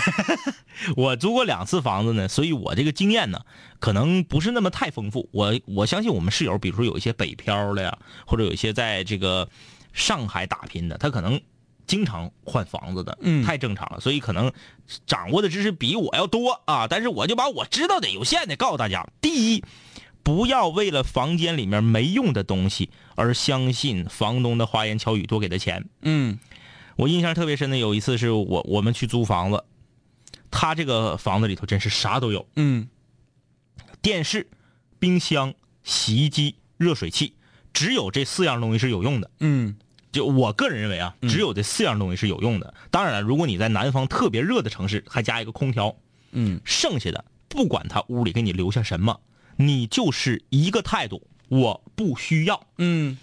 Speaker 3: 我租过两次房子呢，所以我这个经验呢，可能不是那么太丰富。我我相信我们室友，比如说有一些北漂的呀，或者有一些在这个上海打拼的，他可能经常换房子的，
Speaker 2: 嗯
Speaker 3: 太正常了。所以可能掌握的知识比我要多啊，但是我就把我知道的有限的告诉大家。第一，不要为了房间里面没用的东西而相信房东的花言巧语，多给他钱。
Speaker 2: 嗯
Speaker 3: 我印象特别深的有一次是我我们去租房子，他这个房子里头真是啥都有，
Speaker 2: 嗯
Speaker 3: 电视、冰箱、洗衣机、热水器，只有这四样东西是有用的。
Speaker 2: 嗯
Speaker 3: 就我个人认为啊，只有这四样东西是有用的。当然了，如果你在南方特别热的城市，还加一个空调，
Speaker 2: 嗯
Speaker 3: 剩下的不管他屋里给你留下什么，你就是一个态度，我不需要。
Speaker 2: 嗯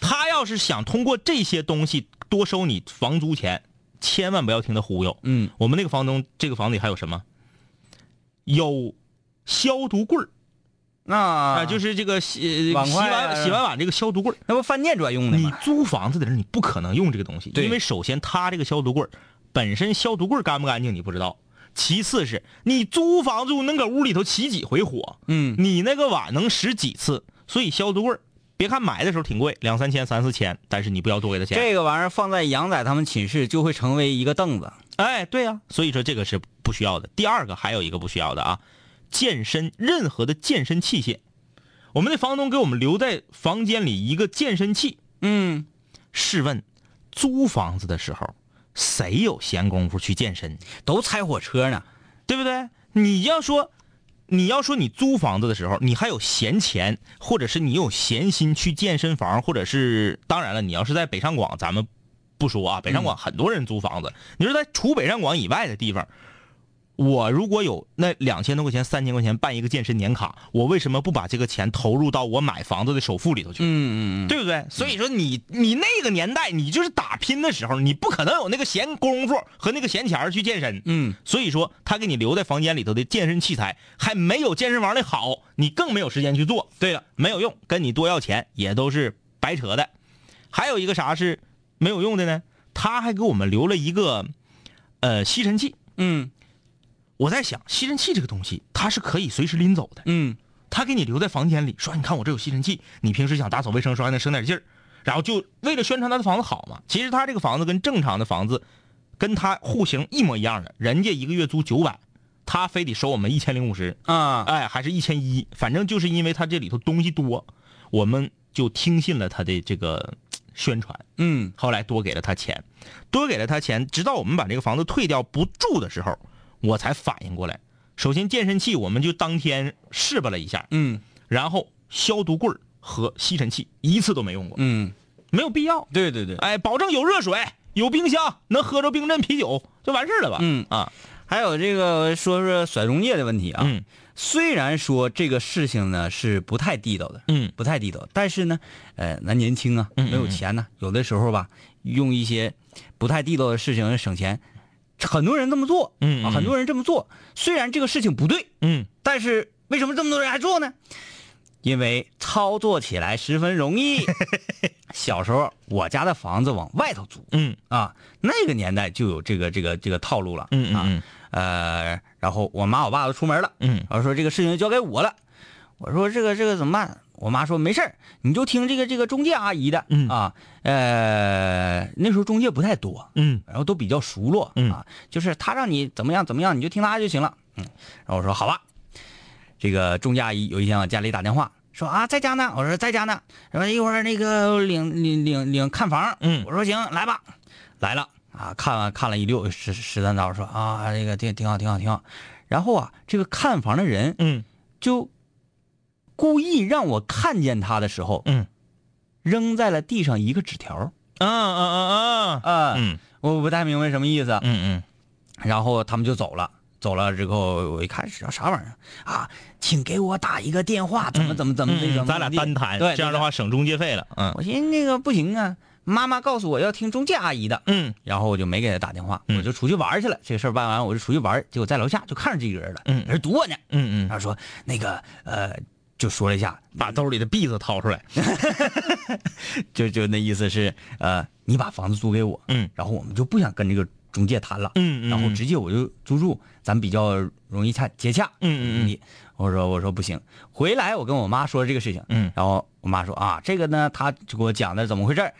Speaker 3: 他要是想通过这些东西多收你房租钱，千万不要听他忽悠。
Speaker 2: 嗯，
Speaker 3: 我们那个房东这个房子里还有什么？有消毒柜儿
Speaker 2: 那
Speaker 3: 啊、
Speaker 2: 啊
Speaker 3: 就是这个洗呃
Speaker 2: 碗
Speaker 3: 洗
Speaker 2: 筷啊
Speaker 3: 完洗完碗这个消毒柜儿。
Speaker 2: 那不饭店专用的
Speaker 3: 你
Speaker 2: 吗？
Speaker 3: 租房子的人，你不可能用这个东西，
Speaker 2: 对
Speaker 3: 因为首先它这个消毒柜儿本身消毒柜儿干不干净你不知道，其次是你租房住能搁屋里头起几回火，
Speaker 2: 嗯
Speaker 3: 你那个碗能使几次？所以消毒柜儿，别看买的时候挺贵，两三千、三四千，但是你不要多给他钱。
Speaker 2: 这个玩意儿放在杨仔他们寝室就会成为一个凳子。
Speaker 3: 哎，对
Speaker 2: 啊
Speaker 3: 呀、所以说这个是不需要的。第二个还有一个不需要的啊，健身任何的健身器械，我们的房东给我们留在房间里一个健身器。
Speaker 2: 嗯，
Speaker 3: 试问，租房子的时候谁有闲工夫去健身，
Speaker 2: 都拆火车呢。
Speaker 3: 对不对？你要说，你要说你租房子的时候，你还有闲钱，或者是你有闲心去健身房，或者是当然了，你要是在北上广，咱们不说啊，北上广很多人租房子，你说在除北上广以外的地方。我如果有那两千多块钱、三千块钱办一个健身年卡，我为什么不把这个钱投入到我买房子的首付里头去？
Speaker 2: 嗯嗯
Speaker 3: 对不对？所以说你你那个年代，你就是打拼的时候，你不可能有那个闲工夫和那个闲钱儿去健身。
Speaker 2: 嗯，
Speaker 3: 所以说他给你留在房间里头的健身器材还没有健身房的好，你更没有时间去做。对了，没有用，跟你多要钱也都是白扯的。还有一个啥是没有用的呢？他还给我们留了一个呃吸尘器。
Speaker 2: 嗯
Speaker 3: 我在想，吸尘器这个东西它是可以随时拎走的。
Speaker 2: 嗯
Speaker 3: 他给你留在房间里，说你看我这有吸尘器，你平时想打扫卫生时候还能省点劲儿，然后就为了宣传他的房子好嘛。其实他这个房子跟正常的房子，跟他户型一模一样的，人家一个月租九百，他非得收我们一千零五十，
Speaker 2: 啊，
Speaker 3: 哎，还是一千一，反正就是因为他这里头东西多，我们就听信了他的这个嘖宣传，
Speaker 2: 嗯
Speaker 3: 后来多给了他钱，多给了他钱，直到我们把这个房子退掉不住的时候，我才反应过来。首先，健身器我们就当天试吧了一下，
Speaker 2: 嗯
Speaker 3: 然后消毒柜儿和吸尘器一次都没用过，
Speaker 2: 嗯，
Speaker 3: 没有必要。
Speaker 2: 对对对。
Speaker 3: 哎，保证有热水，有冰箱，能喝着冰镇啤酒就完事儿了吧？
Speaker 2: 嗯
Speaker 3: 啊，
Speaker 2: 还有这个说说甩中介的问题啊，
Speaker 3: 嗯
Speaker 2: 虽然说这个事情呢是不太地道的，
Speaker 3: 嗯
Speaker 2: 不太地道，但是呢，呃，咱年轻啊，
Speaker 3: 嗯嗯
Speaker 2: 没有钱呢、有的时候吧，用一些不太地道的事情省钱，很多人这么做，
Speaker 3: 嗯
Speaker 2: 啊，
Speaker 3: 嗯
Speaker 2: 很多人这么做，虽然这个事情不对，
Speaker 3: 嗯，
Speaker 2: 但是为什么这么多人还做呢？因为操作起来十分容 易。小时候我家的房子往外头租
Speaker 3: 嗯
Speaker 2: 啊，那个年代就有这个这个这个套路了，
Speaker 3: 嗯
Speaker 2: 啊，
Speaker 3: 嗯
Speaker 2: 呃，然后我妈我爸都出门了，
Speaker 3: 嗯
Speaker 2: 然后说这个事情就交给我了。我说这个这个怎么办？我妈说没事儿，你就听这个这个中介阿姨的、
Speaker 3: 嗯
Speaker 2: 啊。呃，那时候中介不太多，
Speaker 3: 嗯
Speaker 2: 然后都比较熟络、
Speaker 3: 嗯
Speaker 2: 啊，就是他让你怎么样怎么样，你就听他就行了。嗯，然后我说好吧。这个中介阿姨有一天啊往家里打电话说啊，在家呢。我说在家呢。然后一会儿那个领领领领看房，
Speaker 3: 嗯
Speaker 2: 我说行，来吧，来了啊，看了看了一溜十十三招，说啊，这个挺挺好，挺好，挺好。然后啊，这个看房的人
Speaker 3: 嗯
Speaker 2: 就故意让我看见他的时候，
Speaker 3: 嗯，
Speaker 2: 扔在了地上一个纸条儿。
Speaker 3: 啊啊啊啊，
Speaker 2: 啊
Speaker 3: 嗯
Speaker 2: 我不太明白什么意思。
Speaker 3: 嗯
Speaker 2: 然后他们就走了，走了之后我一看是啥玩意儿啊，请给我打一个电话，怎么怎么怎么那个，
Speaker 3: 嗯，咱俩单谈，
Speaker 2: 对，
Speaker 3: 这样的
Speaker 2: 对，
Speaker 3: 话省中介费了，嗯
Speaker 2: 我寻思那个不行啊，妈妈告诉我要听中介阿姨的，
Speaker 3: 嗯
Speaker 2: 然后我就没给他打电话，
Speaker 3: 嗯
Speaker 2: 我就出去玩去了。这事儿办完，我就出去玩，结果在楼下就看着这个人了，
Speaker 3: 嗯
Speaker 2: 人堵我呢。
Speaker 3: 嗯
Speaker 2: 他说那个呃，就说了一下，
Speaker 3: 嗯，把兜里的币子掏 出来，
Speaker 2: 就就那意思是呃，你把房子租给我，
Speaker 3: 嗯
Speaker 2: 然后我们就不想跟这个中介谈了，
Speaker 3: 嗯嗯
Speaker 2: 然后直接我就租住，咱比较容易洽接洽，
Speaker 3: 嗯嗯嗯
Speaker 2: 嗯，我说我说不行，回来我跟我妈说这个事情，
Speaker 3: 嗯
Speaker 2: 然后我妈说啊，这个呢，她就给我讲的怎么回事儿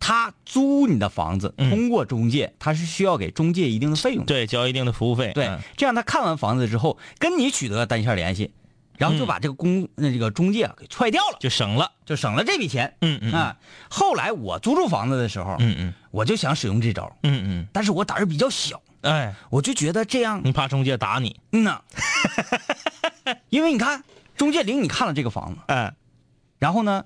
Speaker 2: 她租你的房子，
Speaker 3: 嗯
Speaker 2: 通过中介，她是需要给中介一定的费用的，
Speaker 3: 对，交一定的服务费，
Speaker 2: 对
Speaker 3: 嗯，
Speaker 2: 这样她看完房子之后，跟你取得单线联系，然后
Speaker 3: 嗯
Speaker 2: 就把这个公那这个中介啊给踹掉了，
Speaker 3: 就省了，
Speaker 2: 就省了这笔钱。
Speaker 3: 嗯嗯
Speaker 2: 啊，后来我租住房子的时候，
Speaker 3: 嗯嗯
Speaker 2: 我就想使用这招，
Speaker 3: 嗯
Speaker 2: 但是我胆儿比较小，
Speaker 3: 嗯，哎，
Speaker 2: 我就觉得这样，
Speaker 3: 你怕中介打你？
Speaker 2: 嗯 呐，因为你看中介领你看了这个房子，
Speaker 3: 哎，
Speaker 2: 然后呢，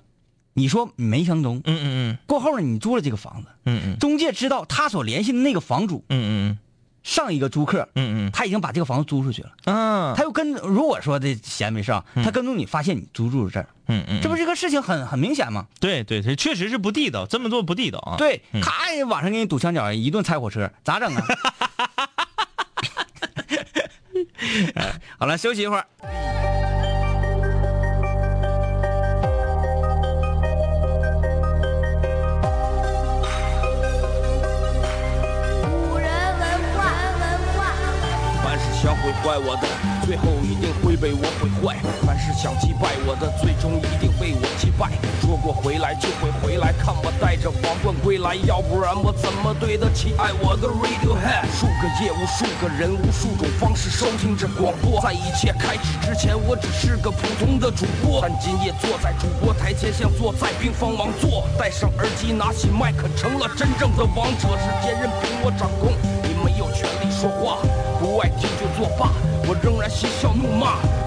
Speaker 2: 你说没相中，
Speaker 3: 嗯嗯
Speaker 2: 过后呢，你租了这个房子，
Speaker 3: 嗯嗯
Speaker 2: 中介知道他所联系的那个房主
Speaker 3: 嗯嗯
Speaker 2: 上一个租客，
Speaker 3: 嗯嗯
Speaker 2: 他已经把这个房子租出去了，
Speaker 3: 嗯，啊，
Speaker 2: 他又跟如果说这闲没事啊，他跟踪你发现你租住这儿，
Speaker 3: 嗯嗯，
Speaker 2: 这不这个事情很很明显吗？
Speaker 3: 对对对，确实是不地道，这么做不地道啊。，
Speaker 2: 对，咔哎晚上给你堵墙角，一顿拆火车，咋整啊？ 哎好了，休息一会儿。
Speaker 4: 古人文化，文化。
Speaker 5: 凡是想毁坏我的，最后一定会被我毁坏；凡是想击败我的，最终一定被我击败。说过回来就会回来，看我带着皇冠归来，要不然我怎么对得起爱我的 Radiohead？数个夜，无数个人，无数种方式收听着广播。在一切开始之前，我只是个普通的主播，但今夜坐在主播台前，像坐在冰方王座。戴上耳机，拿起麦克，成了真正的王者。时间任凭我掌控，你没有权利说话。不爱听就作罢，我仍然嬉笑怒骂，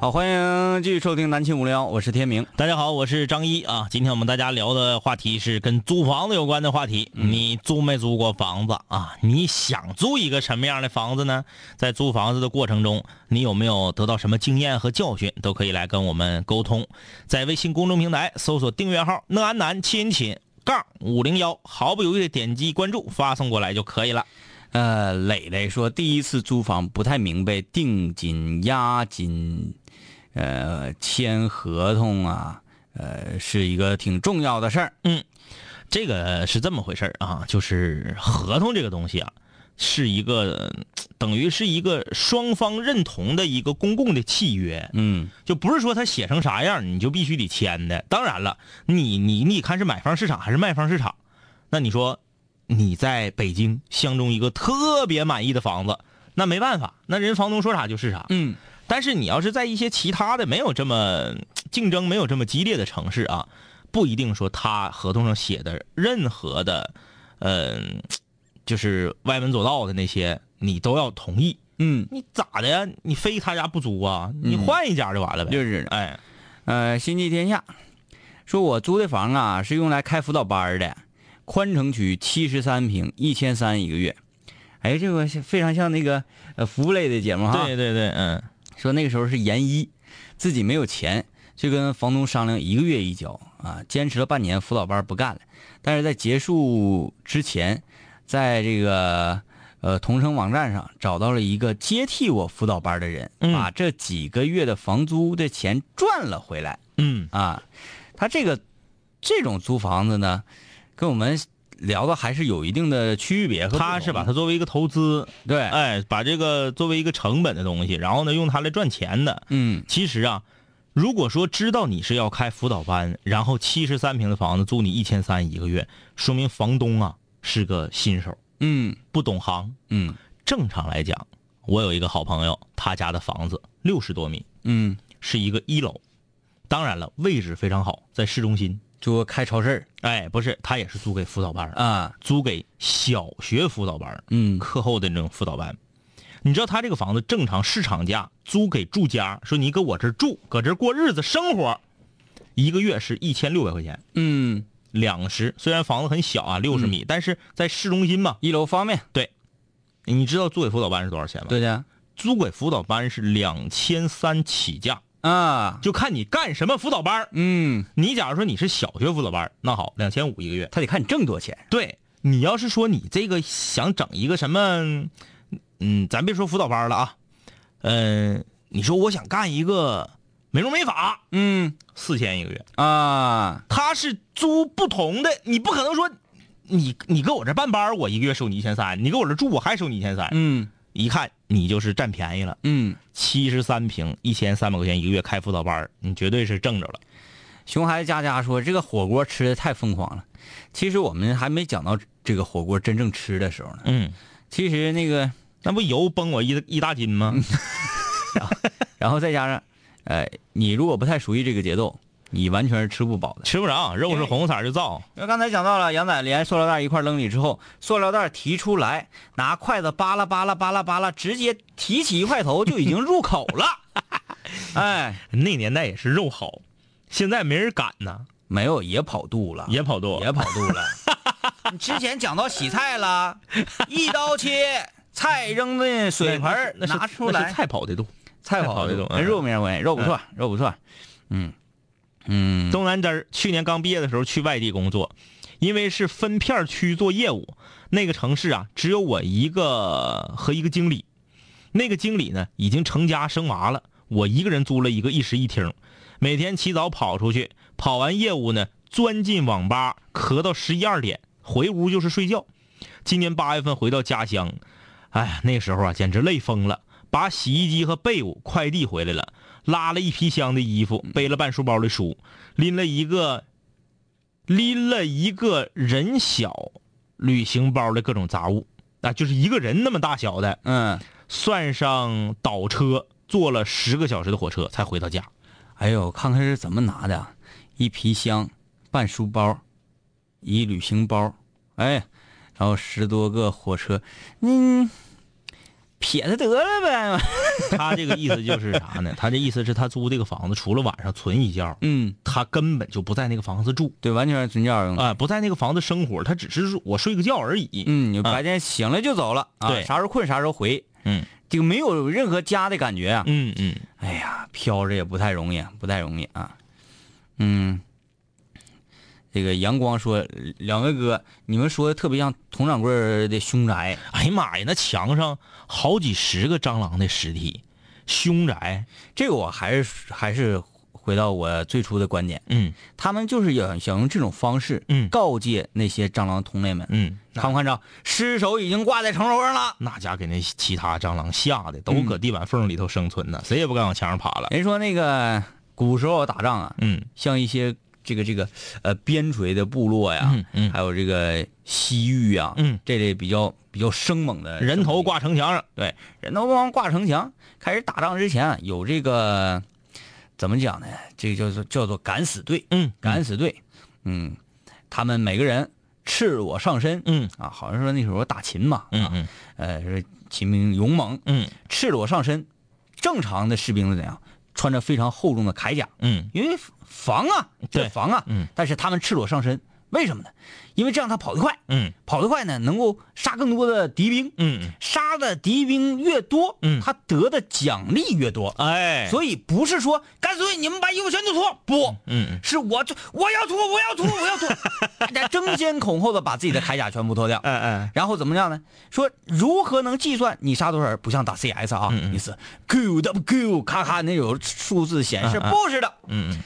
Speaker 2: 好，欢迎继续收听南青无聊，我是天明。
Speaker 3: 大家好，我是张一啊。今天我们大家聊的话题是跟租房子有关的话题。你租没租过房子啊？你想租一个什么样的房子呢？在租房子的过程中，你有没有得到什么经验和教训？都可以来跟我们沟通。在微信公众平台搜索订阅号“讷安南亲亲杠五零幺”，毫不犹豫的点击关注，发送过来就可以了。
Speaker 2: 呃，磊磊说第一次租房不太明白定金、押金，呃，签合同啊，呃，是一个挺重要的事儿。
Speaker 3: 这个是这么回事儿啊，就是合同这个东西啊，是一个呃等于是一个双方认同的一个公共的契约，
Speaker 2: 嗯
Speaker 3: 就不是说他写成啥样你就必须得签的。当然了，你你你看是买方市场还是卖方市场？那你说你在北京相中一个特别满意的房子，那没办法，那人房东说啥就是啥。
Speaker 2: 嗯，
Speaker 3: 但是你要是在一些其他的没有这么竞争没有这么激烈的城市啊，不一定说他合同上写的任何的，嗯、就是歪门左道的那些，你都要同意。
Speaker 2: 嗯，
Speaker 3: 你咋的呀？你非他家不租啊？你换一家就完了呗。
Speaker 2: 就是
Speaker 3: 哎，
Speaker 2: 呃，心系天下说，我租的房啊是用来开辅导班儿的，宽城区七十三平，一千三一个月。哎，这个非常像那个呃服务类的节目哈。
Speaker 3: 对对对，嗯
Speaker 2: 说那个时候是研一，自己没有钱，就跟房东商量一个月一交啊，坚持了半年，辅导班不干了。但是在结束之前，在这个呃同城网站上找到了一个接替我辅导班的人，
Speaker 3: 嗯
Speaker 2: 把这几个月的房租的钱赚了回来
Speaker 3: 嗯，
Speaker 2: 啊。他这个这种租房子呢，跟我们聊的还是有一定的区别和不同的。
Speaker 3: 他是把它作为一个投资，
Speaker 2: 对，
Speaker 3: 哎，把这个作为一个成本的东西，然后呢，用它来赚钱的。
Speaker 2: 嗯
Speaker 3: 其实啊，如果说知道你是要开辅导班，然后七十三平的房子租你一千三一个月，说明房东啊是个新手，
Speaker 2: 嗯
Speaker 3: 不懂行。
Speaker 2: 嗯
Speaker 3: 正常来讲，我有一个好朋友，他家的房子六十多米，
Speaker 2: 嗯，
Speaker 3: 是一个一楼，当然了，位置非常好，在市中心。
Speaker 2: 就开超市
Speaker 3: 哎，不是，他也是租给辅导班儿呃
Speaker 2: 儿啊，
Speaker 3: 租给小学辅导班儿
Speaker 2: 嗯
Speaker 3: 课后的那种辅导班。你知道他这个房子正常市场价租给住家，说你搁我这儿住，搁这儿过日子生活，一个月是一千六百块钱，
Speaker 2: 嗯，
Speaker 3: 两室。虽然房子很小啊，六十米，但是在市中心嘛。
Speaker 2: 一楼方便，
Speaker 3: 你知道租给辅导班是多少钱吗？，
Speaker 2: 对的
Speaker 3: 租给辅导班是两千三起价，
Speaker 2: 啊，
Speaker 3: 就看你干什么辅导班儿。
Speaker 2: 嗯，
Speaker 3: 你假如说你是小学辅导班儿，那好，两千五一个月。
Speaker 2: 他得看你挣多少钱，
Speaker 3: 对你要是说你这个想整一个什么，嗯，咱别说辅导班了啊，嗯、你说我想干一个美容美发，
Speaker 2: 嗯
Speaker 3: 四千一个月，
Speaker 2: 啊，
Speaker 3: 他是租不同的，你不可能说你你搁我这办班儿，我一个月收你一千三，你搁我这住我还收你一千三，
Speaker 2: 嗯
Speaker 3: 一看你就是占便宜了。
Speaker 2: 嗯，
Speaker 3: 七十三平，一千三百块钱一个月开辅导班儿，你绝对是挣着了。
Speaker 2: 熊孩子佳佳说这个火锅吃的太疯狂了，其实我们还没讲到这个火锅真正吃的时候呢，
Speaker 3: 嗯，
Speaker 2: 其实那个。
Speaker 3: 那不油崩我一一大斤吗？
Speaker 2: 然后再加上，呃，你如果不太熟悉这个节奏，你完全是吃不饱的。
Speaker 3: 吃不着，肉是红色儿就燥。
Speaker 2: 因为刚才讲到了杨仔连塑料袋一块扔里之后，塑料袋提出来，拿筷子扒拉扒拉扒拉扒拉，直接提起一块头就已经入口了。 哎，
Speaker 3: 那年代也是肉好，现在没人敢呢，
Speaker 2: 没有也跑肚了，
Speaker 3: 也跑肚。
Speaker 2: 啊也跑肚 了。你之前讲到洗菜了，一刀切，菜扔进水盆儿，
Speaker 3: 那是
Speaker 2: 拿出
Speaker 3: 那
Speaker 2: 来
Speaker 3: 是，菜跑的肚，
Speaker 2: 菜跑
Speaker 3: 的
Speaker 2: 肚
Speaker 3: 肚，，
Speaker 2: 哎
Speaker 3: 嗯
Speaker 2: 肉没人闻，肉不错，肉不错。嗯嗯，
Speaker 3: 东南枝儿去年刚毕业的时候去外地工作，因为是分片区做业务，那个城市啊只有我一个和一个经理，那个经理呢已经成家生娃了，我一个人租了一个一室一厅，每天起早跑出去，跑完业务呢钻进网吧咳到十一二点，回屋就是睡觉。今年八月份回到家乡，哎呀，那时候啊简直累疯了，把洗衣机和被褥快递回来了。拉了一皮箱的衣服，背了半书包的书，拎了一个，拎了一个人小旅行包的各种杂物啊，就是一个人那么大小的，
Speaker 2: 嗯，
Speaker 3: 算上倒车，坐了十个小时的火车才回到家。
Speaker 2: 哎呦，看看是怎么拿的啊，一皮箱，半书包，一旅行包，哎，然后十多个火车，嗯，撇他得了呗，
Speaker 3: 他这个意思就是啥呢？他这意思是他租这个房子，除了晚上存一觉，
Speaker 2: 嗯，
Speaker 3: 他根本就不在那个房子住
Speaker 2: 对，完全是尊教用的，
Speaker 3: 啊、不在那个房子生活，他只是说我睡个觉而已。
Speaker 2: 嗯，你
Speaker 3: 啊
Speaker 2: 白天醒了就走了啊，
Speaker 3: 对
Speaker 2: 啥时候困啥时候回，
Speaker 3: 嗯
Speaker 2: 这个没有任何家的感觉啊，
Speaker 3: 嗯嗯，
Speaker 2: 哎呀，飘着也不太容易，不太容易啊。嗯，这个阳光说，两位哥，你们说的特别像佟掌柜儿的凶宅，
Speaker 3: 哎呀妈呀，那墙上好几十个蟑螂的尸体，凶宅。
Speaker 2: 这个我还是还是回到我最初的观点，
Speaker 3: 嗯
Speaker 2: 他们就是想想用这种方式，
Speaker 3: 嗯
Speaker 2: 告诫那些蟑螂同类们，
Speaker 3: 嗯，
Speaker 2: 看没看着尸首已经挂在城楼上了。
Speaker 3: 那家给那其他蟑螂吓得都搁地板缝里头生存呢，谁也不敢往墙上爬了。
Speaker 2: 人说那个古时候打仗啊，
Speaker 3: 嗯
Speaker 2: 像一些这个这个呃边陲的部落呀，
Speaker 3: 嗯嗯
Speaker 2: 还有这个西域啊，
Speaker 3: 嗯
Speaker 2: 这类比较比较生猛的
Speaker 3: 人头挂城墙上，
Speaker 2: 对，人头帮挂城墙。开始打仗之前啊，有这个怎么讲呢？这个叫做叫做敢死队，
Speaker 3: 嗯
Speaker 2: 敢死队，嗯，他们每个人赤裸上身，
Speaker 3: 嗯
Speaker 2: 啊，好像说那时候打秦嘛，
Speaker 3: 嗯
Speaker 2: 啊，
Speaker 3: 嗯
Speaker 2: 呃，说秦兵勇猛，
Speaker 3: 嗯
Speaker 2: 赤裸上身。正常的士兵是怎样？穿着非常厚重的铠甲，
Speaker 3: 嗯
Speaker 2: 因为防啊，
Speaker 3: 对
Speaker 2: 这防啊，
Speaker 3: 嗯
Speaker 2: 但是他们赤裸上身，为什么呢？因为这样他跑得快，
Speaker 3: 嗯
Speaker 2: 跑得快呢，能够杀更多的敌兵，
Speaker 3: 嗯，
Speaker 2: 杀的敌兵越多，
Speaker 3: 嗯
Speaker 2: 他得的奖励越多。
Speaker 3: 哎，
Speaker 2: 所以不是说干脆你们把衣服全都脱，不，
Speaker 3: 嗯
Speaker 2: 是我这我要脱，我要脱，我 要脱，大家争先恐后的把自己的铠甲全部脱掉。
Speaker 3: 哎哎，
Speaker 2: 然后怎么样呢？说如何能计算你杀多少人？不像打 CS 啊，
Speaker 3: 嗯
Speaker 2: 你是 Q W Q，咔咔那有数字显示，不是的。
Speaker 3: 嗯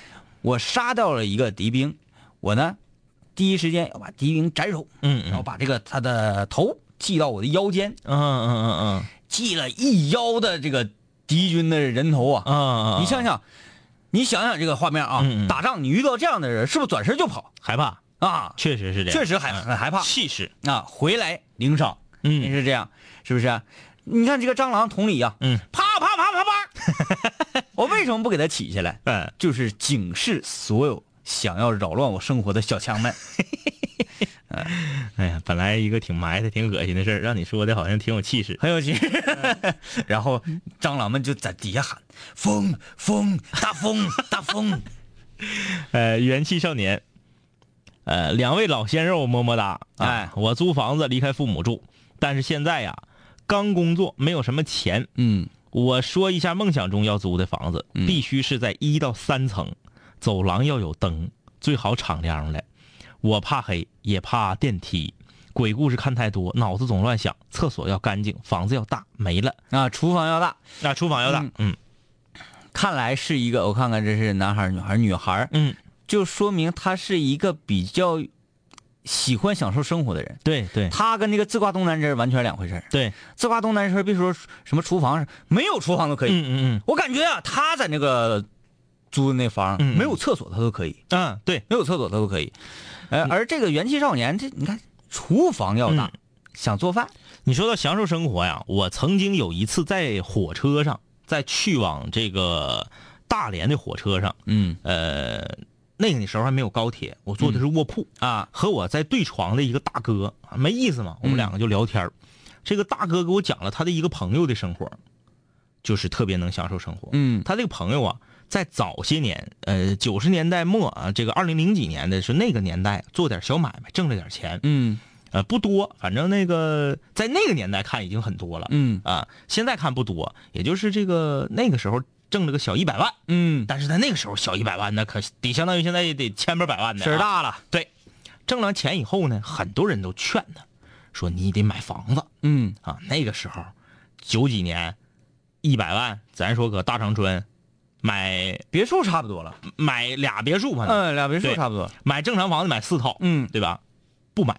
Speaker 2: 我杀掉了一个敌兵，我呢第一时间要把敌兵斩首，
Speaker 3: 嗯
Speaker 2: 然后把这个他的头系到我的腰间，
Speaker 3: 嗯嗯嗯
Speaker 2: 系了一腰的这个敌军的人头啊！
Speaker 3: 嗯，
Speaker 2: 你想想，你想想这个画面啊，
Speaker 3: 嗯嗯
Speaker 2: 打仗你遇到这样的人，是不是转身就跑
Speaker 3: 害怕，
Speaker 2: 啊？
Speaker 3: 确实是这样，
Speaker 2: 确实害很害怕
Speaker 3: 气势，
Speaker 2: 啊！回来领赏，也
Speaker 3: 嗯
Speaker 2: 是这样，是不是啊、你看这个蟑螂同理啊，
Speaker 3: 嗯
Speaker 2: 啪 啪啪啪啪，我为什么不给它起下来？
Speaker 3: 哎，
Speaker 2: 就是警示所有想要扰乱我生活的小强 们。
Speaker 3: 哎呀，本来一个挺埋汰、挺恶心的事儿，让你说的好像挺有气势。
Speaker 2: 很有趣。 然后蟑螂们就在底下喊：“风风大风大风
Speaker 3: 呃，元气少年，呃，两位老鲜肉么么哒。啊
Speaker 2: 哎
Speaker 3: 我租房子离开父母住，但是现在呀，刚工作，没有什么钱。！”
Speaker 2: 嗯，
Speaker 3: 我说一下梦想中要租的房子，必须是在一到三层，走廊要有灯，最好敞亮的。我怕黑，也怕电梯。鬼故事看太多，脑子总乱想。厕所要干净，房子要大，没了。
Speaker 2: 啊，厨房要大，
Speaker 3: 那、厨房要大，嗯
Speaker 2: 看来是一个，我看看这是男孩儿女孩儿女孩儿，
Speaker 3: 嗯，
Speaker 2: 就说明他是一个比较喜欢享受生活的人。
Speaker 3: 对对
Speaker 2: 他跟那个自挂东南枝儿完全两回事儿。
Speaker 3: 对，
Speaker 2: 自挂东南枝儿别说什么厨房，没有厨房都可以。
Speaker 3: 嗯嗯
Speaker 2: 我感觉啊，他在那个租的那房、
Speaker 3: 嗯嗯
Speaker 2: 没有厕所，他都可以。
Speaker 3: 嗯嗯，对，
Speaker 2: 没有厕所他都可以。呃，而这个元气少年，这你看厨房要大，想做饭，
Speaker 3: 你说到享受生活呀，我曾经有一次在火车上，在去往这个大连的火车上，
Speaker 2: 嗯
Speaker 3: 呃，那个时候还没有高铁，我坐的是卧铺，
Speaker 2: 啊，
Speaker 3: 和我在对床的一个大哥，啊没意思嘛，我
Speaker 2: 嗯
Speaker 3: 们两个就聊天儿、这个大哥给我讲了他的一个朋友的生活，就是特别能享受生活。
Speaker 2: 嗯
Speaker 3: 他这个朋友啊，在早些年，呃，九十年代末啊，这个二零零几年的是那个年代，做点小买卖挣了点钱，
Speaker 2: 嗯
Speaker 3: 呃，不多，反正那个在那个年代看已经很多了，
Speaker 2: 嗯
Speaker 3: 啊，现在看不多，也就是这个那个时候挣了个小一百万，
Speaker 2: 嗯，
Speaker 3: 但是在那个时候小一百万那可得相当于现在也得千八百万的、
Speaker 2: 事儿
Speaker 3: 大了。对，挣了钱以后呢，很多人都劝他，说你得买房子
Speaker 2: 嗯
Speaker 3: 啊。那个时候，九几年，一百万，咱说搁大长春买
Speaker 2: 别墅差不多了，
Speaker 3: 买俩别墅吧，
Speaker 2: 嗯，俩别墅
Speaker 3: 对
Speaker 2: 差不多了，
Speaker 3: 买正常房子买四套，
Speaker 2: 嗯
Speaker 3: 对吧？不买，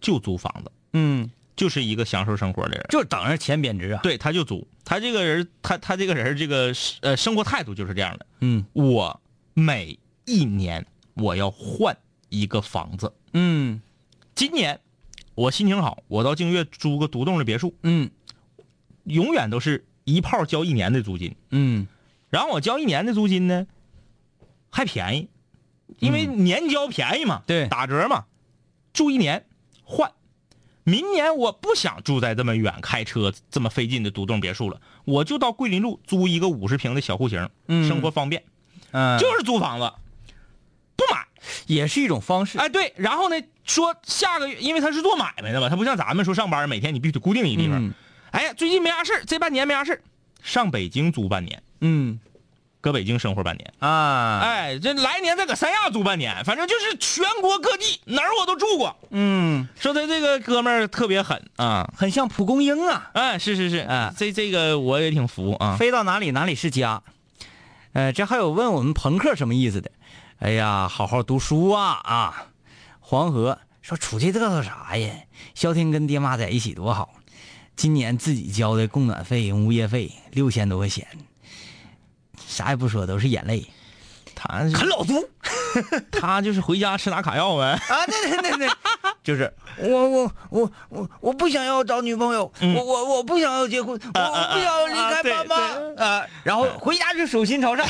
Speaker 3: 就租房子，
Speaker 2: 嗯，
Speaker 3: 就是一个享受生活的人。
Speaker 2: 就等着钱贬值啊，
Speaker 3: 对，他就租，他这个人，他他这个人，这个是呃生活态度就是这样的。
Speaker 2: 嗯
Speaker 3: 我每一年我要换一个房子，
Speaker 2: 嗯
Speaker 3: 今年我心情好，我到净月租个独栋的别墅，
Speaker 2: 嗯
Speaker 3: 永远都是一炮交一年的租金。
Speaker 2: 嗯
Speaker 3: 然后我交一年的租金呢，还便宜，因为年交便宜嘛，
Speaker 2: 嗯对
Speaker 3: 打折嘛，住一年换。明年我不想住在这么远、开车这么费劲的独栋别墅了，我就到桂林路租一个五十平的小户型，
Speaker 2: 嗯
Speaker 3: 生活方便，
Speaker 2: 嗯，
Speaker 3: 就是租房子，不买。
Speaker 2: 也是一种方式，
Speaker 3: 哎，对，然后呢，说下个月，因为他是做买卖的嘛，他不像咱们说上班，每天你必须得固定一个地方。
Speaker 2: 嗯
Speaker 3: 哎呀，最近没啥事儿这半年没啥事儿上北京租半年，
Speaker 2: 嗯
Speaker 3: 搁北京生活半年。
Speaker 2: 啊，
Speaker 3: 哎，这来年再搁三亚住半年，反正就是全国各地哪儿我都住过。
Speaker 2: 嗯，
Speaker 3: 说他这个哥们儿特别狠啊，
Speaker 2: 很像蒲公英啊，
Speaker 3: 哎，是是是，
Speaker 2: 哎
Speaker 3: 这这个我也挺服啊。
Speaker 2: 飞到哪里哪里是家。呃，这还有问我们朋克什么意思的？哎呀，好好读书啊啊！黄河说出去嘚瑟啥呀？消停跟爹妈在一起多好。今年自己交的供暖费、物业费六千多块钱，啥也不说，都是眼泪。
Speaker 3: 他
Speaker 2: 啃老族
Speaker 3: 他就是回家吃拿卡要 呗。
Speaker 2: 啊！那那那那，就是我我我我我不想要找女朋友，我我我不想要结婚，我我不想要离
Speaker 3: 啊
Speaker 2: 开
Speaker 3: 对
Speaker 2: 爸妈啊！然后回家就手心朝上。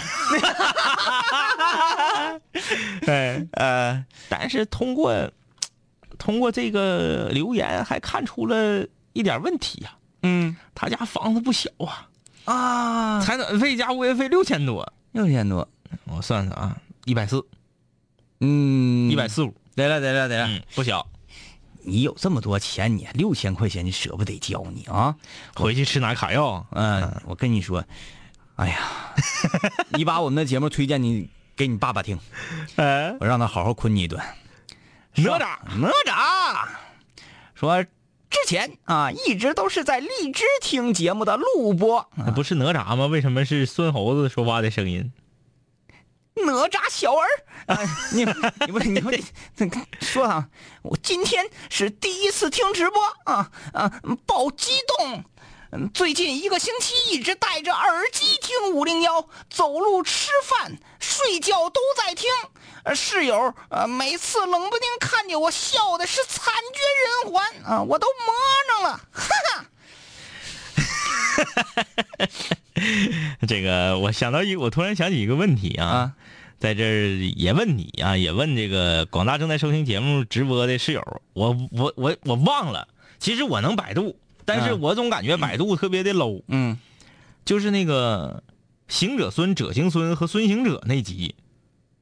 Speaker 3: 哎，
Speaker 2: 呃，
Speaker 3: 但是通过通过这个留言还看出了一点问题呀、
Speaker 2: 嗯
Speaker 3: 他家房子不小啊，
Speaker 2: 啊，
Speaker 3: 采暖费加物业费六千多，
Speaker 2: 六千多，
Speaker 3: 我算算啊，一百四，
Speaker 2: 嗯
Speaker 3: 一百，四五，
Speaker 2: 得了得了得了，
Speaker 3: 嗯，不小。
Speaker 2: 你有这么多钱，你六千块钱你舍不得交你啊？
Speaker 3: 回去吃拿卡要，
Speaker 2: 嗯、我跟你说，哎 呀，你把我们的节目推荐你给你爸爸听，
Speaker 3: 哎，
Speaker 2: 我让他好好坤你一顿。
Speaker 3: 哪吒，
Speaker 2: 哪吒说，之前啊一直都是在荔枝听节目的录播，
Speaker 3: 那不是哪吒吗？为什么是孙猴子说话的声音？
Speaker 2: 哪吒小儿，啊、你你不你不那个说啊，我今天是第一次听直播啊啊，爆激动！嗯，最近一个星期一直戴着耳机听五零幺，走路、吃饭、睡觉都在听。呃室友呃，每次冷不丁看见我笑的是惨绝人寰啊，我都魔怔了，哈哈。
Speaker 3: 这个我想到一，我突然想起一个问题啊，
Speaker 2: 啊
Speaker 3: 在这儿也问你啊，也问这个广大正在收听节目直播的室友，我我我我忘了，其实我能百度，但是
Speaker 2: 嗯
Speaker 3: 我总感觉百度特别的 low，、
Speaker 2: 嗯，
Speaker 3: 就是那个行者孙、者行孙和孙行者那集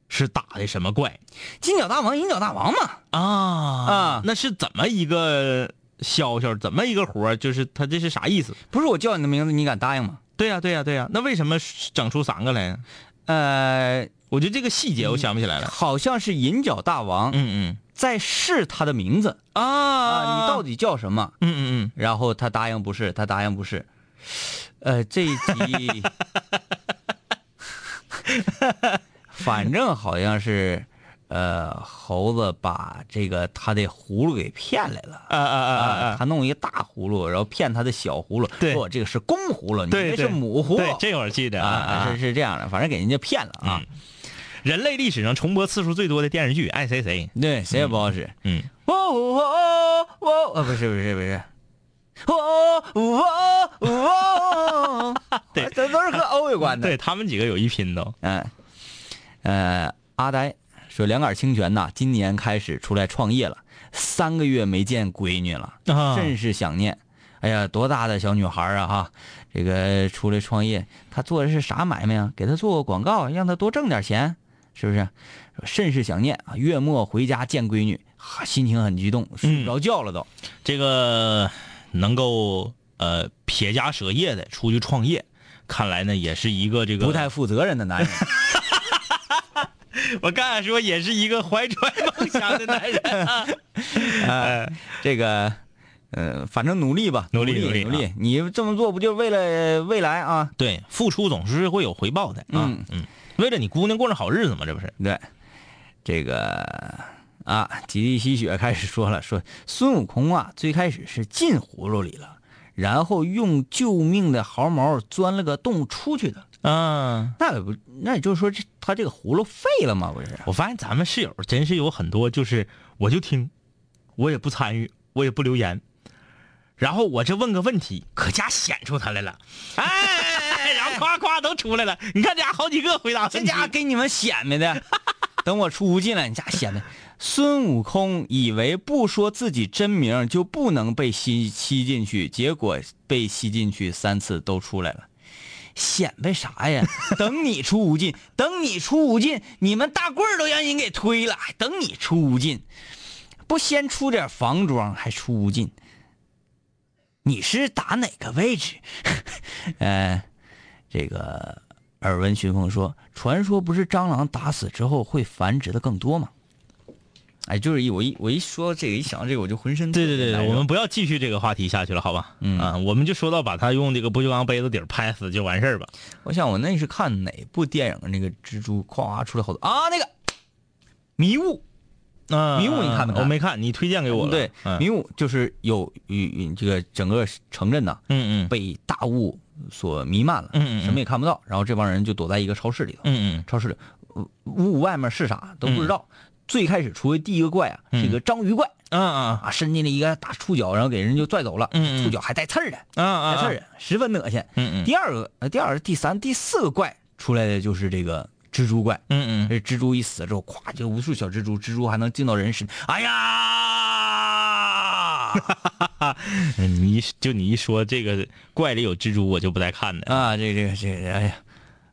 Speaker 3: 是打的什么怪
Speaker 2: 金角大王、银角大王嘛，
Speaker 3: 啊
Speaker 2: 啊
Speaker 3: 那是怎么一个消消，怎么一个活儿？就是他这是啥意思？
Speaker 2: 不是我叫你的名字，你敢答应吗？
Speaker 3: 对呀、对呀、对呀、那为什么整出三个来呢？
Speaker 2: 呃，
Speaker 3: 我觉得这个细节我想不起来了。
Speaker 2: 好像是银角大王
Speaker 3: 嗯
Speaker 2: 在试他的名字
Speaker 3: 嗯啊
Speaker 2: 啊，你到底叫什么？
Speaker 3: 嗯嗯嗯。
Speaker 2: 然后他答应不是，他答应不是。呃，这一 集，反正好像是，呃，猴子把这个他的葫芦给骗来了。
Speaker 3: 啊啊啊
Speaker 2: 啊，
Speaker 3: 啊！
Speaker 2: 他弄一个大葫芦，然后骗他的小葫芦，
Speaker 3: 对
Speaker 2: 说我这个是公葫芦，你
Speaker 3: 对
Speaker 2: 这是
Speaker 3: 对
Speaker 2: 母葫
Speaker 3: 对
Speaker 2: 芦，，
Speaker 3: 这我记得
Speaker 2: 啊
Speaker 3: 啊
Speaker 2: 啊是
Speaker 3: 啊！
Speaker 2: 是这样的，反正给人家骗了啊。
Speaker 3: 人类历史上重播次数最多的电视剧，哎爱谁谁。
Speaker 2: 对，谁也不好使。
Speaker 3: 嗯，
Speaker 2: 哦哦哦哦，不是不是不是，哦哦哦哦，
Speaker 3: 对
Speaker 2: 这都是和欧有关的。
Speaker 3: 对，他们几个有一拼都。
Speaker 2: 嗯，呃，阿呆说两杆清泉呐，今年开始出来创业了，三个月没见闺女了，
Speaker 3: 啊
Speaker 2: 甚是想念。哎呀，多大的小女孩啊哈！这个出来创业，她做的是啥买卖呀、给她做个广告，让她多挣点钱，是不是？甚是想念啊！月末回家见闺女，哈、心情很激动，
Speaker 3: 嗯
Speaker 2: 睡不着觉了都。
Speaker 3: 这个能够呃撇家舍业的出去创业，看来呢也是一个这个
Speaker 2: 不太负责任的 男人，
Speaker 3: 我刚想说也是一个怀揣梦想的男人。啊
Speaker 2: 这个，呃，反正努力吧，
Speaker 3: 努
Speaker 2: 努
Speaker 3: 力
Speaker 2: 努
Speaker 3: 努力啊
Speaker 2: 努力。你这么做不就为了未来啊？
Speaker 3: 对，付出总是会有回报的啊。
Speaker 2: 嗯
Speaker 3: 嗯，为了你姑娘过上好日子嘛，这不是？
Speaker 2: 对，这个啊，吉利吸血开始说了，说孙悟空啊，最开始是进葫芦里了，然后用救命的毫毛钻了个洞出去的。
Speaker 3: 啊。
Speaker 2: 那也不，那也就是说这，他这个葫芦废了吗？不是？
Speaker 3: 我发现咱们室友真是有很多，就是我就听，我也不参与，我也不留言，然后我这问个问题，可家显出他来了，哎，然后夸夸都出来了。你看这家好几个回答
Speaker 2: 这
Speaker 3: 问题
Speaker 2: 家伙给你们显摆的，等我出屋进来，你家显摆。孙悟空以为不说自己真名就不能被吸吸进去，结果被吸进去三次都出来了。显摆啥呀？等你出无尽，等你出无尽，你们大棍儿都让人给推了，还哎等你出无尽，不先出点房装还出无尽？你是打哪个位置？ 呃，这个耳闻寻风说，传说不是蟑螂打死之后会繁殖的更多吗？哎，就是一我一我一说这个，一想到这个我就浑身
Speaker 3: 对对对
Speaker 2: 难
Speaker 3: 对，
Speaker 2: 受
Speaker 3: 我们不要继续这个话题下去了，好吧？哎嗯啊，我们就说到把他用这个不锈钢杯子底儿拍死就完事儿吧。
Speaker 2: 我想我那是看哪部电影那个蜘蛛咵出来好多啊那个迷雾
Speaker 3: 啊
Speaker 2: 迷雾你看没看
Speaker 3: 我没看，你推荐给我了。
Speaker 2: 对、
Speaker 3: 嗯
Speaker 2: 迷雾就是有与这个整个城镇呐、
Speaker 3: 嗯嗯
Speaker 2: 被大雾所弥漫了，
Speaker 3: 嗯嗯嗯
Speaker 2: 什么也看不到，然后这帮人就躲在一个超市里头，
Speaker 3: 嗯嗯
Speaker 2: 超市里呃雾外面是啥都不知道。最开始出的第一个怪啊，是一个章鱼怪
Speaker 3: 嗯啊
Speaker 2: 啊，伸进了一个大触角，然后给人就拽走了，
Speaker 3: 嗯嗯
Speaker 2: 触角还带刺儿的，
Speaker 3: 啊啊
Speaker 2: 带
Speaker 3: 啊
Speaker 2: 刺儿的，十分恶心。
Speaker 3: 嗯嗯
Speaker 2: 第二个、呃第二、第三、第四个怪出来的就是这个蜘蛛怪。
Speaker 3: 嗯嗯
Speaker 2: 这蜘蛛一死之后，咵就无数小蜘蛛，蜘蛛还能进到人身。哎呀，
Speaker 3: 嗯，你一就你一说这个怪里有蜘蛛，我就不带看的。
Speaker 2: 啊，这这这，哎呀，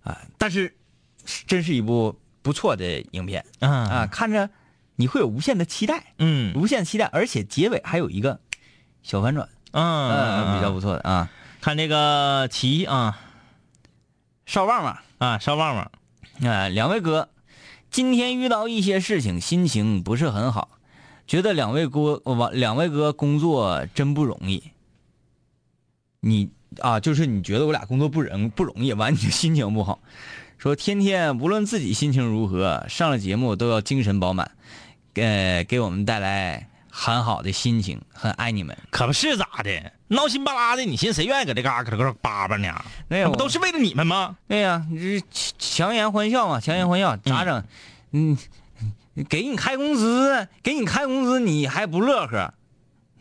Speaker 2: 啊，但是是真是一部不错的影片
Speaker 3: 啊
Speaker 2: 啊，看着你会有无限的期待，
Speaker 3: 嗯
Speaker 2: 无限期待，而且结尾还有一个小反转，
Speaker 3: 嗯，
Speaker 2: 嗯，比较不错的啊。
Speaker 3: 看这个棋啊
Speaker 2: 少旺旺，
Speaker 3: 啊，烧旺旺，
Speaker 2: 啊，两位哥，今天遇到一些事情，心情不是很好，觉得两位哥，我两位哥工作真不容易。你啊，就是你觉得我俩工作不容不容易，完你就心情不好，说天天无论自己心情如何，上了节目都要精神饱满，呃，给我们带来很好的心情，很爱你们。
Speaker 3: 可不是咋的，闹心巴拉的，你寻思谁愿意搁这嘎搁这嘎叭叭呢？
Speaker 2: 哎呀
Speaker 3: 不都是为了你们吗？
Speaker 2: 对呀、你这是强强颜欢笑嘛，强颜欢
Speaker 3: 嗯
Speaker 2: 笑咋整？嗯，给你开工资，给你开工资，你还不乐呵，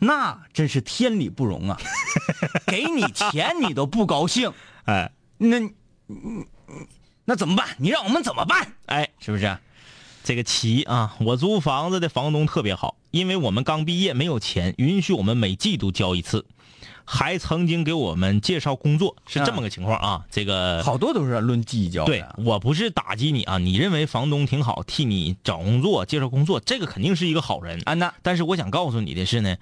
Speaker 2: 那真是天理不 容啊！给你钱你都不高兴，
Speaker 3: 哎，
Speaker 2: 那你你那怎么办？你让我们怎么办？
Speaker 3: 哎，
Speaker 2: 是不是？
Speaker 3: 这个齐啊，我租房子的房东特别好，因为我们刚毕业没有钱，允许我们每季度交一次，还曾经给我们介绍工作，是这么个情况啊。这个
Speaker 2: 好多都是论计较的。
Speaker 3: 对我不是打击你啊，你认为房东挺好，替你找工作、介绍工作，这个肯定是一个好人。
Speaker 2: 安娜，
Speaker 3: 但是我想告诉你的是呢，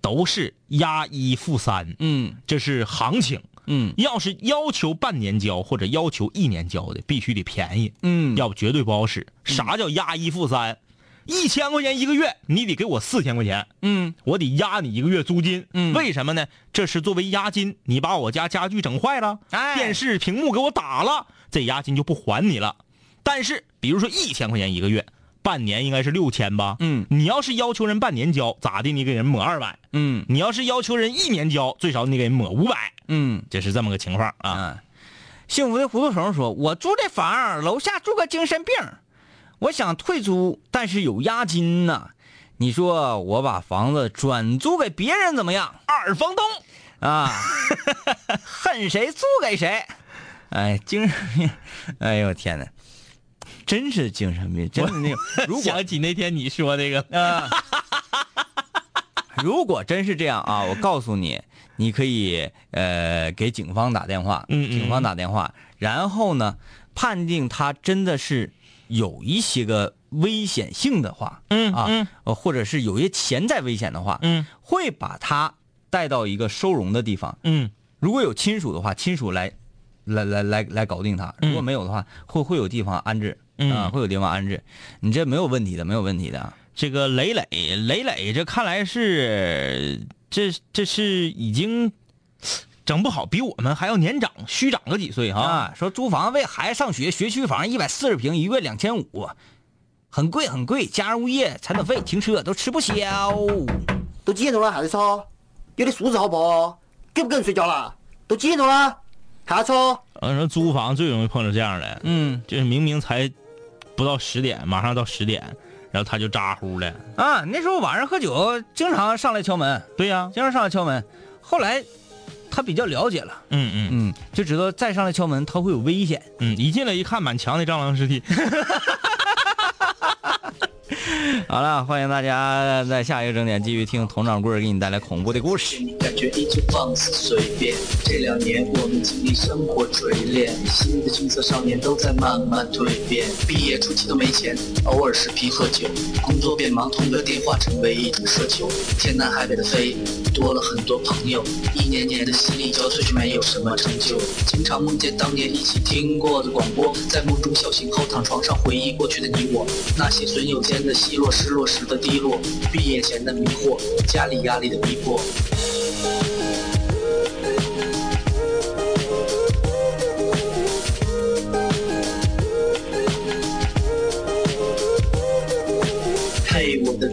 Speaker 3: 都是押一付三，
Speaker 2: 嗯
Speaker 3: 这是行情。
Speaker 2: 嗯
Speaker 3: 要是要求半年交或者要求一年交的，必须得便宜，
Speaker 2: 嗯，
Speaker 3: 要不绝对不好使。啥叫押一付三？一千块钱一个月，你得给我四千块钱，
Speaker 2: 嗯
Speaker 3: 我得押你一个月租金。
Speaker 2: 嗯
Speaker 3: 为什么呢？这是作为押金，你把我家家具整坏了，
Speaker 2: 哎
Speaker 3: 电视屏幕给我打了，这押金就不还你了。但是，比如说一千块钱一个月，半年应该是六千吧？
Speaker 2: 嗯
Speaker 3: 你要是要求人半年交，咋的？你给人抹二百。
Speaker 2: 嗯
Speaker 3: 你要是要求人一年交，最少你给人抹五百，
Speaker 2: 嗯
Speaker 3: 这是这么个情况啊。
Speaker 2: 啊。幸福的糊涂虫说：“我租这房儿，楼下住个精神病儿，我想退租，但是有押金呐、你说我把房子转租给别人怎么样
Speaker 3: 二房东，
Speaker 2: 啊？恨谁租给谁。哎，精神病，哎呦我天哪，真是精神病，真的那种。如果
Speaker 3: 想起那天你说那个，
Speaker 2: 啊， 如果真是这样啊，我告诉你，你可以呃给警方打电话，
Speaker 3: 嗯嗯
Speaker 2: 警方打电话，然后呢判定他真的是有一些个危险性的话，
Speaker 3: 嗯
Speaker 2: 啊
Speaker 3: 嗯，
Speaker 2: 呃或者是有一些潜在危险的话，
Speaker 3: 嗯
Speaker 2: 会把他带到一个收容的地方，
Speaker 3: 嗯
Speaker 2: 如果有亲属的话，亲属来，来来来来搞定他；如果
Speaker 3: 嗯
Speaker 2: 没有的话，会会有地方安置，
Speaker 3: 嗯
Speaker 2: 啊，会有地方安置，你这没有问题的，没有问题的啊。
Speaker 3: 这个磊磊，磊磊，这看来是这这是已经整不好，比我们还要年长，虚长个几岁哈、
Speaker 2: 啊，说租房为孩子上学，学区房一百四十平，一月两千五，很贵很贵，加上物业、产品费、停车都吃不消。
Speaker 6: 都几点钟了还在吵？有点素质好不好？跟不跟人睡觉啦？都几点钟了还吵？
Speaker 3: 呃，说租房最容易碰到这样的，
Speaker 2: 嗯
Speaker 3: 就是明明才不到十点，马上到十点，然后他就咋呼了。
Speaker 2: 啊，那时候晚上喝酒，经常上来敲门，
Speaker 3: 对呀、
Speaker 2: 经常上来敲门。后来他比较了解了，
Speaker 3: 嗯嗯
Speaker 2: 嗯，就知道再上来敲门他会有危险。
Speaker 3: 嗯，一进来一看，满墙的蟑螂尸体。
Speaker 2: 好了，欢迎大家在下一个整点继续听佟掌柜儿给你带来恐怖的故事。
Speaker 7: 感觉依旧放肆随便。这两年我们经历生活锤炼，新的青涩少年都在慢慢蜕变。毕业初期都没钱，偶尔视频喝酒，工作变忙，通个电话成为一种奢求。天南海北的飞，多了很多朋友，一年年的心力交瘁却没有什么成就。经常梦见当年一起听过的广播，在梦中笑醒后躺床上回忆过去的你我，那些损友间的奚落，失落时的低落，毕业前的迷惑，家里压力的逼迫。嘿，我的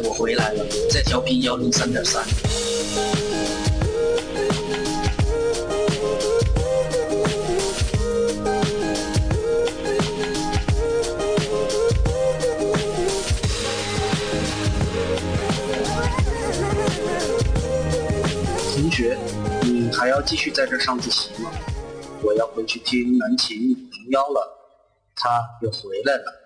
Speaker 7: 我回来了，在调频幺零三点三。同学，你还要继续在这儿上自习吗？我要回去听南琴五零幺了，他又回来了。